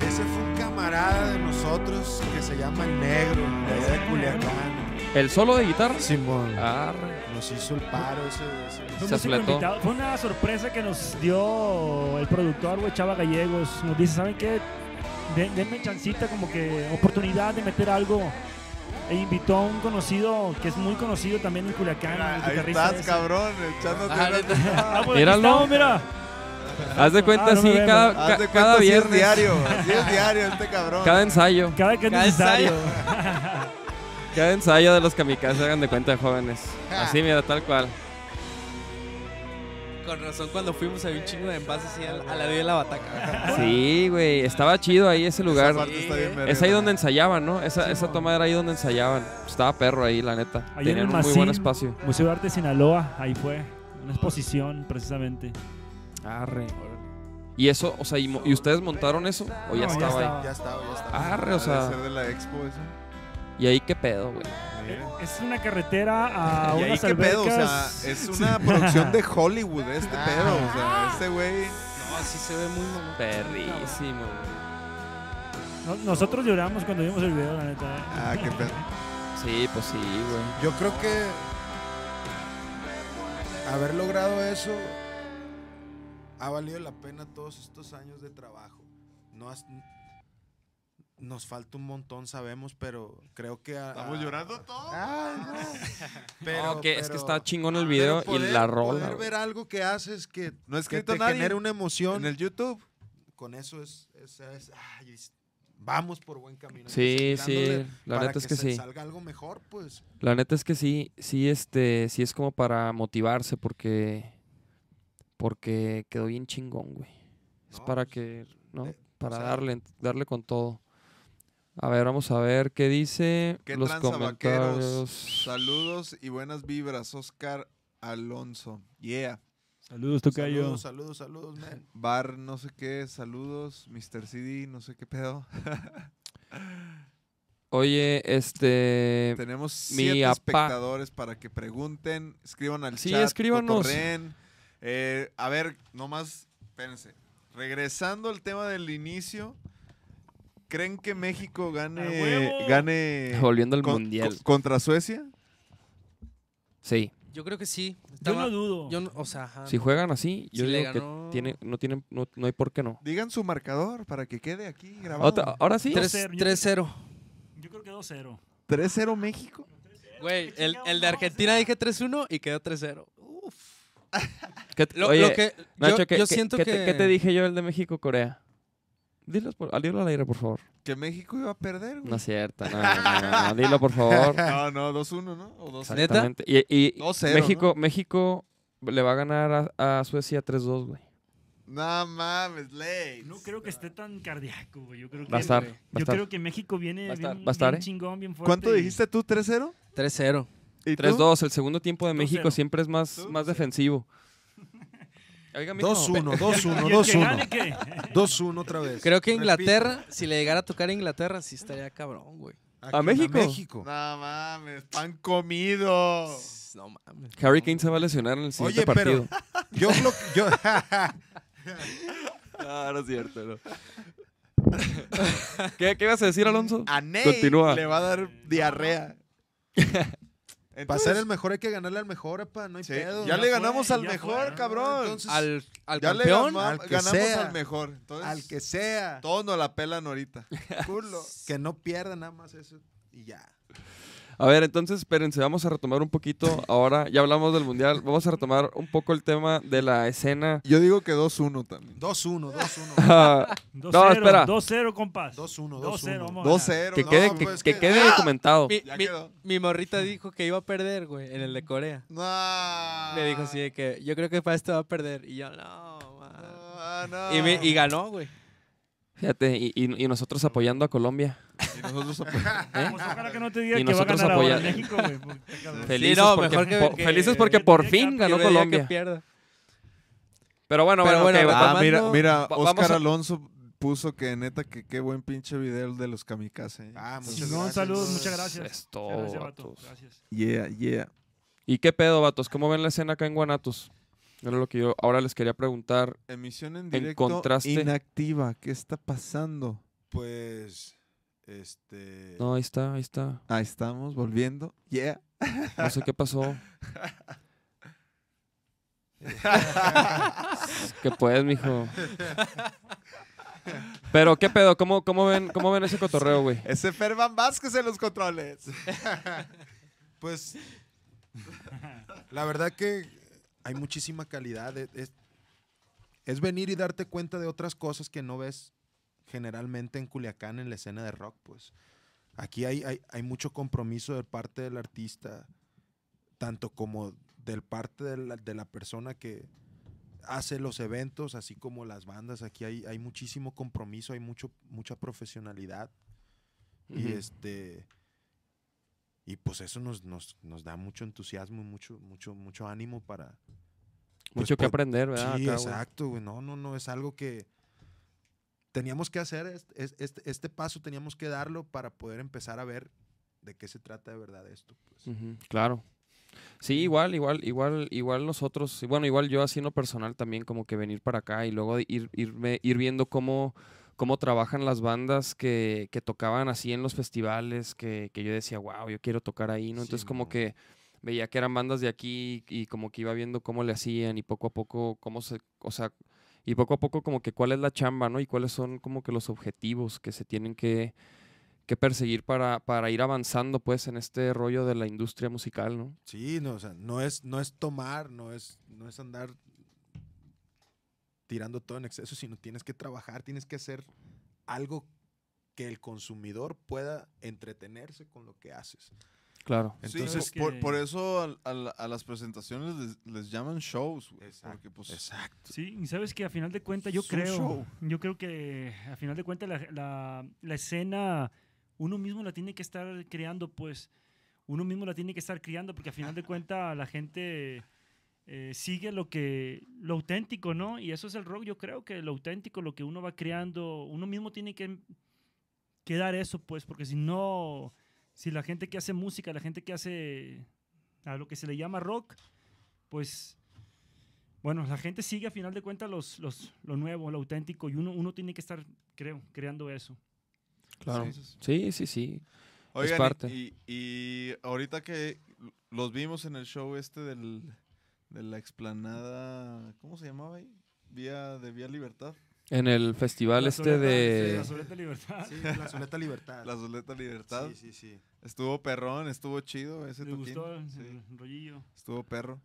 Speaker 4: Ese fue un camarada de nosotros que se llama El Negro, de allá de Culiacán.
Speaker 1: ¿El solo de guitarra?
Speaker 4: Simón.
Speaker 1: Arre.
Speaker 4: Nos hizo el paro ese. ese-
Speaker 6: Fue
Speaker 1: Se
Speaker 6: músico
Speaker 1: fletó.
Speaker 6: invitado. Fue una sorpresa que nos dio el productor, güey, Chava Gallegos. Nos dice, ¿saben qué? Den- denme chancita, como que oportunidad de meter algo. E invitó a un conocido, que es muy conocido también en Culiacán, Ah, el
Speaker 2: Ahí
Speaker 6: guitarrista
Speaker 2: estás,
Speaker 6: ese.
Speaker 2: cabrón, echándote
Speaker 5: Ah,
Speaker 2: una-
Speaker 5: neta.
Speaker 6: Ah, pues, aquí
Speaker 1: Míralo.
Speaker 6: estamos, mira.
Speaker 1: Haz de cuenta
Speaker 6: Ah, no
Speaker 1: así
Speaker 6: me veo.
Speaker 1: cada,
Speaker 2: Haz
Speaker 1: ca-
Speaker 2: de cuenta,
Speaker 1: cada
Speaker 2: así es
Speaker 1: viernes.
Speaker 2: diario, así es diario este cabrón.
Speaker 1: Cada ensayo.
Speaker 6: Cada que es
Speaker 5: Cada
Speaker 6: necesario.
Speaker 1: Cada ensayo de los kamikazes hagan de cuenta de jóvenes. Así, mira, tal cual.
Speaker 5: Con razón cuando fuimos había un chingo de envases así a la, a la de la bataca.
Speaker 1: Sí, güey. Estaba chido ahí ese
Speaker 2: Esa
Speaker 1: lugar.
Speaker 2: parte está bien verga.
Speaker 1: Es ahí donde ensayaban, ¿no? Esa, esa toma era ahí donde ensayaban. Estaba perro ahí, la neta.
Speaker 6: Ahí en
Speaker 1: Tenían
Speaker 6: el
Speaker 1: un muy
Speaker 6: Masim.
Speaker 1: buen espacio.
Speaker 6: Museo de Arte de Sinaloa, ahí fue. Una exposición, precisamente.
Speaker 1: Arre. Y eso, o sea, ¿y, mo- y ustedes montaron eso? ¿O ya
Speaker 6: No,
Speaker 1: estaba
Speaker 6: ya
Speaker 1: ahí?
Speaker 6: estaba.
Speaker 4: Ya estaba, ya estaba.
Speaker 1: Arre, o
Speaker 2: Ha de ser
Speaker 1: sea.
Speaker 2: de la expo eso.
Speaker 1: ¿Y ahí qué pedo, güey?
Speaker 2: Mira.
Speaker 6: Es una carretera a
Speaker 2: y ahí
Speaker 6: unas
Speaker 2: qué pedo, o sea, eh.
Speaker 6: albercas.
Speaker 2: es una producción de Hollywood este pedo, o sea, este güey.
Speaker 5: sí se ve muy mamón.
Speaker 1: Perrísimo. güey.
Speaker 6: No- nosotros lloramos cuando vimos el video, la neta. eh.
Speaker 2: Ah, qué pedo.
Speaker 1: Sí, pues sí, güey.
Speaker 4: Yo creo que haber logrado eso ha valido la pena todos estos años de trabajo. No has- nos falta un montón, sabemos, pero creo que... a-
Speaker 2: Estamos
Speaker 4: a-
Speaker 2: llorando todos.
Speaker 4: Ay, no. Pero,
Speaker 1: No, que es que
Speaker 4: pero-
Speaker 1: está chingón el video
Speaker 4: pero poder-
Speaker 1: y la
Speaker 4: Poder
Speaker 1: rola. güey.
Speaker 4: ver algo que haces que,
Speaker 2: No ha
Speaker 4: que
Speaker 2: escrito
Speaker 4: te
Speaker 2: nadie.
Speaker 4: genere una emoción.
Speaker 2: En el YouTube.
Speaker 4: Con eso es... es- es- ay, es- vamos por buen camino.
Speaker 1: Sí,
Speaker 4: dándole
Speaker 1: sí, la
Speaker 4: para
Speaker 1: neta es que
Speaker 4: que se
Speaker 1: sí.
Speaker 4: salga algo mejor, pues.
Speaker 1: La neta es que sí, sí, este, sí es como para motivarse porque, porque quedó bien chingón, güey. Es
Speaker 4: No,
Speaker 1: para
Speaker 4: pues,
Speaker 1: que, ¿no?
Speaker 4: eh,
Speaker 1: para
Speaker 4: sea-
Speaker 1: darle, darle con todo. A ver, vamos a ver qué dice
Speaker 2: ¿Qué
Speaker 1: los
Speaker 2: tranza, vaqueros?
Speaker 1: comentarios.
Speaker 2: Saludos y buenas vibras, Oscar Alonso. Yeah.
Speaker 6: Saludos, Tocayo.
Speaker 4: Saludos, saludos, saludos, man.
Speaker 2: Bar, no sé qué, saludos. Mr. CD, no sé qué pedo.
Speaker 1: Oye, este,
Speaker 2: Tenemos
Speaker 1: Mi
Speaker 2: siete
Speaker 1: apá.
Speaker 2: espectadores para que pregunten, escriban al
Speaker 1: Sí,
Speaker 2: chat.
Speaker 1: escríbanos.
Speaker 2: cotorreen. Eh, a ver, nomás, espérense. Regresando al tema del inicio, ¿creen que México
Speaker 6: ¡A
Speaker 2: gane,
Speaker 6: huevo!
Speaker 2: gane
Speaker 1: volviendo al
Speaker 2: con-
Speaker 1: mundial.
Speaker 2: co- contra Suecia?
Speaker 1: sí,
Speaker 5: Yo creo que sí. Está
Speaker 6: Yo no
Speaker 5: ma-
Speaker 6: dudo.
Speaker 5: yo no- o sea, ajá,
Speaker 1: si
Speaker 5: no.
Speaker 1: juegan así, yo
Speaker 5: Si le
Speaker 1: digo que
Speaker 5: ganó-
Speaker 1: tiene, no tienen, no, no hay por qué no.
Speaker 2: Digan su marcador para que quede aquí grabado.
Speaker 1: Otra- ahora sí,
Speaker 5: Tres-
Speaker 6: 2-0, yo-
Speaker 5: 3-0.
Speaker 6: Yo creo que 2-0.
Speaker 2: 3-0 México.
Speaker 5: Güey,
Speaker 6: ¿Qué
Speaker 5: el,
Speaker 6: chingados
Speaker 5: el de
Speaker 6: vamos a
Speaker 5: Argentina
Speaker 6: hacer?
Speaker 5: dije 3-1 y quedó 3-0. Uf.
Speaker 1: ¿qué-
Speaker 5: Lo,
Speaker 1: oye,
Speaker 5: lo que, yo-
Speaker 1: Nacho,
Speaker 5: yo,
Speaker 1: ¿qué, qué-
Speaker 5: siento
Speaker 1: qué
Speaker 5: que...
Speaker 1: te, qué te dije yo el de México-Corea? Dilo, por, dilo al aire, por favor.
Speaker 2: Que México iba a perder, güey.
Speaker 1: No es cierto, no, no, no, no, dilo, por favor.
Speaker 2: No, no, 2-1, ¿no? O 2
Speaker 5: ¿Neta?
Speaker 1: Exactamente. Y, y
Speaker 2: 2-0,
Speaker 1: México, México le va a ganar a, a Suecia 3-2, güey.
Speaker 2: No mames, ley.
Speaker 6: No creo que esté tan cardíaco, güey. Yo creo que,
Speaker 1: Va a estar, va a
Speaker 6: yo
Speaker 1: estar.
Speaker 6: creo que México viene
Speaker 1: Va a estar,
Speaker 6: bien,
Speaker 1: va a estar,
Speaker 6: bien
Speaker 1: ¿eh?
Speaker 6: chingón, bien fuerte.
Speaker 2: ¿Cuánto
Speaker 6: y-
Speaker 2: dijiste tú? ¿3-0?
Speaker 5: 3-0.
Speaker 2: ¿Y tú?
Speaker 1: 3-2, el segundo tiempo de México
Speaker 6: 2-0.
Speaker 1: siempre es más,
Speaker 2: ¿Tú?
Speaker 1: más defensivo. Oiga, mijo,
Speaker 4: 2-1,
Speaker 6: ¿Y
Speaker 4: 2-1,
Speaker 6: el que gane
Speaker 4: 2-1.
Speaker 6: qué?
Speaker 4: 2-1 otra vez.
Speaker 5: Creo que Inglaterra, si le llegara a tocar a Inglaterra, sí estaría cabrón, güey.
Speaker 4: Aquí,
Speaker 1: ¿A México?
Speaker 2: No
Speaker 4: México.
Speaker 2: mames, pan comido.
Speaker 5: No mames.
Speaker 1: ve- Harry Kane se va a lesionar en el siguiente
Speaker 4: Oye,
Speaker 1: partido.
Speaker 4: pero yo lo yo
Speaker 1: Ah, no es cierto. ¿Qué, qué ibas a decir,
Speaker 6: Ah,
Speaker 1: Alonso?
Speaker 2: A Ney
Speaker 1: Continúa.
Speaker 2: le va a dar diarrea.
Speaker 4: para
Speaker 2: Entonces,
Speaker 4: ser el mejor hay que ganarle al mejor, apa, no hay
Speaker 2: sí,
Speaker 4: pedo.
Speaker 2: ya
Speaker 6: Ya
Speaker 2: le
Speaker 6: fue,
Speaker 2: ganamos al
Speaker 6: ya
Speaker 2: mejor,
Speaker 6: fue.
Speaker 2: cabrón.
Speaker 4: Entonces,
Speaker 5: Al, al
Speaker 2: ya
Speaker 5: campeón,
Speaker 2: le ganam-
Speaker 4: al que
Speaker 2: ganamos
Speaker 4: sea.
Speaker 2: al mejor. Entonces,
Speaker 4: al que sea,
Speaker 2: todos nos la pelan ahorita. Culo.
Speaker 4: que no pierda nada más eso y ya.
Speaker 1: A ver, entonces, espérense, vamos a retomar un poquito. Ahora ya hablamos del Mundial. Vamos a retomar un poco el tema de la escena.
Speaker 2: Yo digo que 2-1 también.
Speaker 4: 2-1, 2-1.
Speaker 1: Ah,
Speaker 6: 2-0,
Speaker 1: espera.
Speaker 6: 2-0, compas.
Speaker 4: 2-1,
Speaker 6: 2-0, vamos.
Speaker 2: 2-0.
Speaker 1: que
Speaker 2: no,
Speaker 1: quede, que,
Speaker 2: pues,
Speaker 1: que
Speaker 2: que-
Speaker 6: ¡Ah!
Speaker 1: quede documentado.
Speaker 5: mi,
Speaker 2: Ya
Speaker 5: mi-
Speaker 2: quedó.
Speaker 5: mi morrita dijo que iba a perder, güey, en el de Corea.
Speaker 2: No.
Speaker 5: Me dijo así de que yo creo que para esto va a perder. Y yo, no, man.
Speaker 2: No, no.
Speaker 5: Y, me- y ganó, güey.
Speaker 1: Fíjate, y, y- y nosotros apoyando a Colombia.
Speaker 2: Y nosotros apoyamos.
Speaker 1: ¿eh?
Speaker 6: Pues ojalá que no te diga
Speaker 1: Y
Speaker 6: que va a
Speaker 1: nosotros
Speaker 6: ganar ahora
Speaker 1: apoyar-
Speaker 6: México, güey. porque está cabrón.
Speaker 1: Felices,
Speaker 5: no,
Speaker 1: porque,
Speaker 5: mejor que-
Speaker 1: por,
Speaker 5: que-
Speaker 1: felices porque por
Speaker 6: que-
Speaker 1: fin
Speaker 6: que
Speaker 1: ganó
Speaker 5: Yo veía que
Speaker 1: Colombia.
Speaker 5: pierda.
Speaker 1: Pero bueno,
Speaker 5: Pero
Speaker 1: bueno,
Speaker 5: bueno,
Speaker 1: ok,
Speaker 5: va-
Speaker 1: va-
Speaker 2: Ah, mira,
Speaker 5: Tomando-
Speaker 2: mira,
Speaker 1: va- vamos
Speaker 2: Oscar
Speaker 1: a-
Speaker 2: Alonso puso que neta que qué buen pinche video el de los kamikaze.
Speaker 4: Ah, muchas
Speaker 6: Chingón,
Speaker 4: gracias.
Speaker 6: saludos, muchas gracias.
Speaker 1: es todo,
Speaker 6: Muchas gracias, vato.
Speaker 1: vatos.
Speaker 6: Gracias.
Speaker 2: Yeah, yeah.
Speaker 1: ¿Y qué pedo, vatos? ¿Cómo ven la escena acá en Guanatos? Era lo que yo ahora les quería preguntar.
Speaker 2: Emisión en directo
Speaker 1: contraste-
Speaker 2: inactiva, ¿qué está pasando?
Speaker 4: Pues este
Speaker 1: No, ahí está, ahí está.
Speaker 2: Ahí estamos volviendo. Yeah.
Speaker 1: No sé qué pasó. que puedes, mijo. Pero qué pedo, ¿cómo, cómo, ven, cómo ven ese cotorreo, güey?
Speaker 2: Ese Ferman Vázquez en los controles.
Speaker 4: Pues la verdad que hay muchísima calidad. e- Es, es venir y darte cuenta de otras cosas que no ves generalmente en Culiacán en la escena de rock. Pues aquí hay, hay, hay mucho compromiso de parte del artista, tanto como del parte de la, de la persona que hace los eventos, así como las bandas. Aquí hay, hay muchísimo compromiso, hay mucho, mucha profesionalidad. Y
Speaker 1: Ujú.
Speaker 4: este. Y pues eso nos, nos, nos da mucho entusiasmo y mucho, mucho, mucho ánimo para. pues,
Speaker 1: Mucho que
Speaker 4: po-
Speaker 1: aprender, ¿verdad?
Speaker 4: Sí,
Speaker 1: Acá, güey.
Speaker 4: exacto, güey. No, no, no. Es algo que teníamos que hacer. es- es- Este, este paso teníamos
Speaker 1: Mm.
Speaker 4: que darlo para poder empezar a ver de qué se trata de verdad esto. pues.
Speaker 1: Ujú, Claro. Sí, igual, igual, igual, igual nosotros, y bueno, igual yo haciendo personal también, como que venir para acá y luego de ir, irme, ir viendo cómo, cómo trabajan las bandas que, que tocaban así en los festivales, que, que yo decía, wow, yo quiero tocar ahí, ¿no? Entonces como que veía que eran bandas de aquí y como que iba viendo cómo le hacían y poco a poco cómo se, o sea, y poco a poco como que cuál es la chamba, ¿no? Y cuáles son como que los objetivos que se tienen que, que perseguir para, para ir avanzando pues en este rollo de la industria musical, ¿no?
Speaker 4: Sí, no, o sea, no es, no es tomar, no es, no es andar tirando todo en exceso, sino tienes que trabajar, tienes que hacer algo que el consumidor pueda entretenerse con lo que haces.
Speaker 1: Claro.
Speaker 2: Sí,
Speaker 4: Entonces,
Speaker 2: po- por,
Speaker 6: que-
Speaker 2: por eso al- al- a las presentaciones les, les llaman shows, güey,
Speaker 4: Exacto,
Speaker 2: Porque pues
Speaker 4: exacto.
Speaker 6: Sí, y sabes que a final de cuentas yo
Speaker 2: Es un
Speaker 6: creo,
Speaker 2: show.
Speaker 6: yo creo que a final de cuentas la, la- la escena uno mismo la tiene que estar creando, pues uno mismo la tiene que estar criando porque a final de cuentas la gente eh, sigue lo que lo auténtico, ¿no? Y eso es el rock, yo creo que lo auténtico, lo que uno va creando, uno mismo tiene que, que dar eso, pues, porque si no, si la gente que hace música, la gente que hace a lo que se le llama rock, pues bueno, la gente sigue a final de cuentas los, los, lo nuevo, lo auténtico, y uno, uno tiene que estar, creo, creando eso.
Speaker 1: Claro.
Speaker 2: Sí, sí, sí.
Speaker 1: Sí, sí, sí.
Speaker 2: Oigan, y-
Speaker 1: parte.
Speaker 2: Y, y ahorita que los vimos en el show este del, de la explanada, ¿cómo se llamaba ahí? Vía de Vía Libertad.
Speaker 1: En el festival
Speaker 6: La
Speaker 1: este
Speaker 6: Soleta-
Speaker 1: de...
Speaker 6: La Soleta Libertad.
Speaker 4: Sí, la Zuleta Libertad.
Speaker 2: La Zuleta Libertad.
Speaker 4: Sí, sí, sí.
Speaker 2: Estuvo perrón, estuvo chido ese
Speaker 6: Le
Speaker 2: toquín.
Speaker 6: gustó el,
Speaker 2: Sí,
Speaker 6: el rollillo.
Speaker 2: Estuvo perro.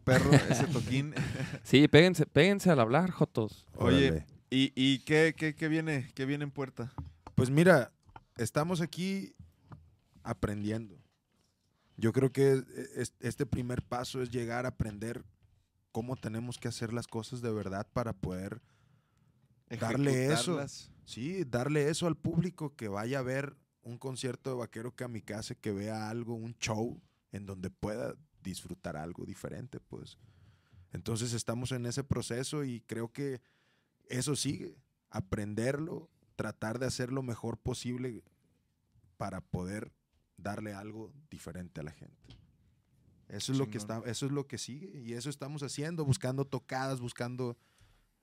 Speaker 2: perro ese toquín.
Speaker 1: Sí, péguense, péguense al hablar, Jotos.
Speaker 2: Oye,
Speaker 4: Órale.
Speaker 2: ¿y, y qué, qué, qué viene? ¿Qué viene en puerta?
Speaker 4: Pues mira, estamos aquí aprendiendo. Yo creo que es- es- este primer paso es llegar a aprender cómo tenemos que hacer las cosas de verdad para poder, Darle eso.
Speaker 2: Ejecutarlas.
Speaker 4: sí, darle eso al público que vaya a ver un concierto de Vaquero Kamikaze, que vea algo, un show en donde pueda disfrutar algo diferente, pues. Entonces estamos en ese proceso y creo que eso sigue, aprenderlo, tratar de hacer lo mejor posible para poder darle algo diferente a la gente. Eso es lo que está,
Speaker 2: Chingón.
Speaker 4: eso es lo que sigue y eso estamos haciendo, buscando tocadas, buscando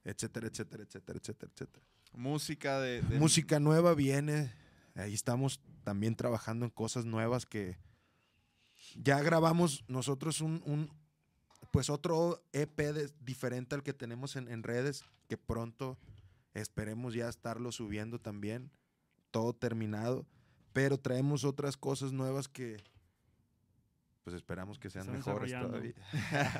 Speaker 4: etcétera, etcétera, etcétera, etcétera, etcétera.
Speaker 2: Música de, de-
Speaker 4: Música nueva viene. Ahí estamos también trabajando en cosas nuevas que ya grabamos nosotros un, un, pues otro EP de- diferente al que tenemos en, en redes, que pronto esperemos ya estarlo subiendo también, todo terminado, pero traemos otras cosas nuevas que pues esperamos que sean
Speaker 6: Están
Speaker 4: mejores todavía.
Speaker 6: desarrollando.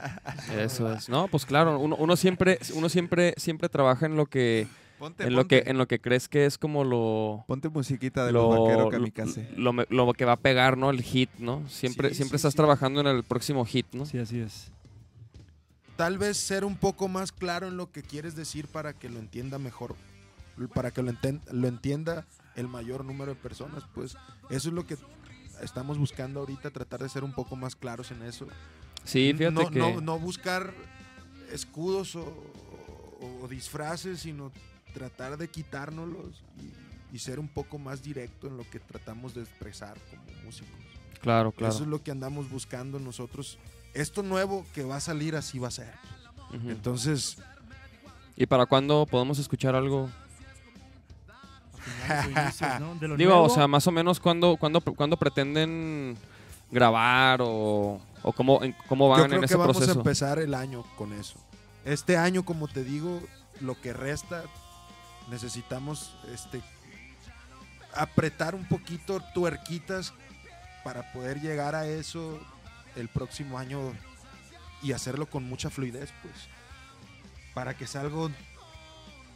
Speaker 1: Eso es. No, pues claro, uno, uno siempre, uno siempre, siempre trabaja en lo que,
Speaker 2: Ponte,
Speaker 1: en lo que,
Speaker 2: ponte.
Speaker 1: en lo que crees que es como lo,
Speaker 2: Ponte musiquita de
Speaker 1: lo-
Speaker 2: los
Speaker 1: lo-
Speaker 2: vaquero kamikaze.
Speaker 1: lo me- lo que va a pegar, ¿no? El hit, ¿no? Siempre,
Speaker 4: Sí,
Speaker 1: siempre
Speaker 4: sí,
Speaker 1: estás
Speaker 4: sí.
Speaker 1: trabajando en el próximo hit, ¿no?
Speaker 6: Sí, así es.
Speaker 4: tal vez ser un poco más claro en lo que quieres decir para que lo entienda mejor, para que lo, enten- lo entienda el mayor número de personas, pues eso es lo que estamos buscando ahorita, tratar de ser un poco más claros en eso.
Speaker 1: Sí, fíjate
Speaker 4: Mm, no,
Speaker 1: que.
Speaker 4: no, no buscar escudos o, o- o disfraces, sino tratar de quitárnoslos y, y ser un poco más directo en lo que tratamos de expresar como músicos.
Speaker 1: Claro, claro.
Speaker 4: Eso es lo que andamos buscando nosotros. Esto nuevo que va a salir así va a ser.
Speaker 1: Ujú.
Speaker 4: Entonces,
Speaker 1: ¿Y para cuándo podemos escuchar algo?
Speaker 6: A finales o inicios, ¿no? De lo
Speaker 1: Digo, o
Speaker 6: nuevo,
Speaker 1: sea, más o menos cuándo, cuándo, cuándo pretenden grabar o, o cómo, en- cómo van
Speaker 4: Yo creo
Speaker 1: en
Speaker 4: que
Speaker 1: ese
Speaker 4: vamos a
Speaker 1: proceso.
Speaker 4: empezar el año con eso. Este año, como te digo, lo que resta, necesitamos este apretar un poquito tuerquitas para poder llegar a eso el próximo año y hacerlo con mucha fluidez, pues. Para que salga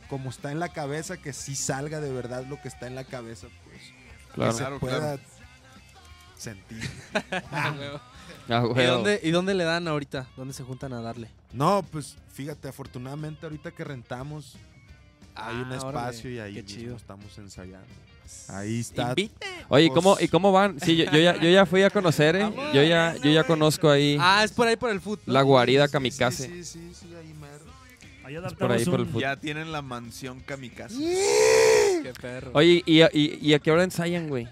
Speaker 4: como está en la cabeza, que sí salga de verdad lo que está en la cabeza, pues.
Speaker 1: Claro.
Speaker 4: que se
Speaker 2: Claro,
Speaker 4: pueda
Speaker 2: claro.
Speaker 4: sentir.
Speaker 1: Ah,
Speaker 5: ¿Y
Speaker 1: güey.
Speaker 5: dónde, ¿Y dónde le dan ahorita? ¿Dónde se juntan a darle?
Speaker 4: No, pues fíjate, afortunadamente ahorita que rentamos hay un
Speaker 5: Ah, órale,
Speaker 4: espacio y ahí
Speaker 5: qué
Speaker 4: mismo
Speaker 5: chido.
Speaker 4: estamos ensayando. Ahí está.
Speaker 1: Oye, ¿y
Speaker 4: Pues-
Speaker 1: cómo, ¿y cómo van? Sí, yo, yo ya, yo ya fui a conocer, ¿eh? Yo ya, yo ya conozco ahí
Speaker 5: Ah, es por ahí por el foot. ¿no?
Speaker 1: la guarida
Speaker 4: Sí,
Speaker 1: kamikaze.
Speaker 4: Sí, sí, sí, sí, ahí mero.
Speaker 6: ahí
Speaker 1: pues, por ahí,
Speaker 6: adaptamos
Speaker 1: por el
Speaker 6: un-
Speaker 1: fut-
Speaker 2: Ya tienen la mansión kamikaze.
Speaker 5: Qué perro.
Speaker 1: Oye, ¿y, y, y a qué hora ensayan, güey?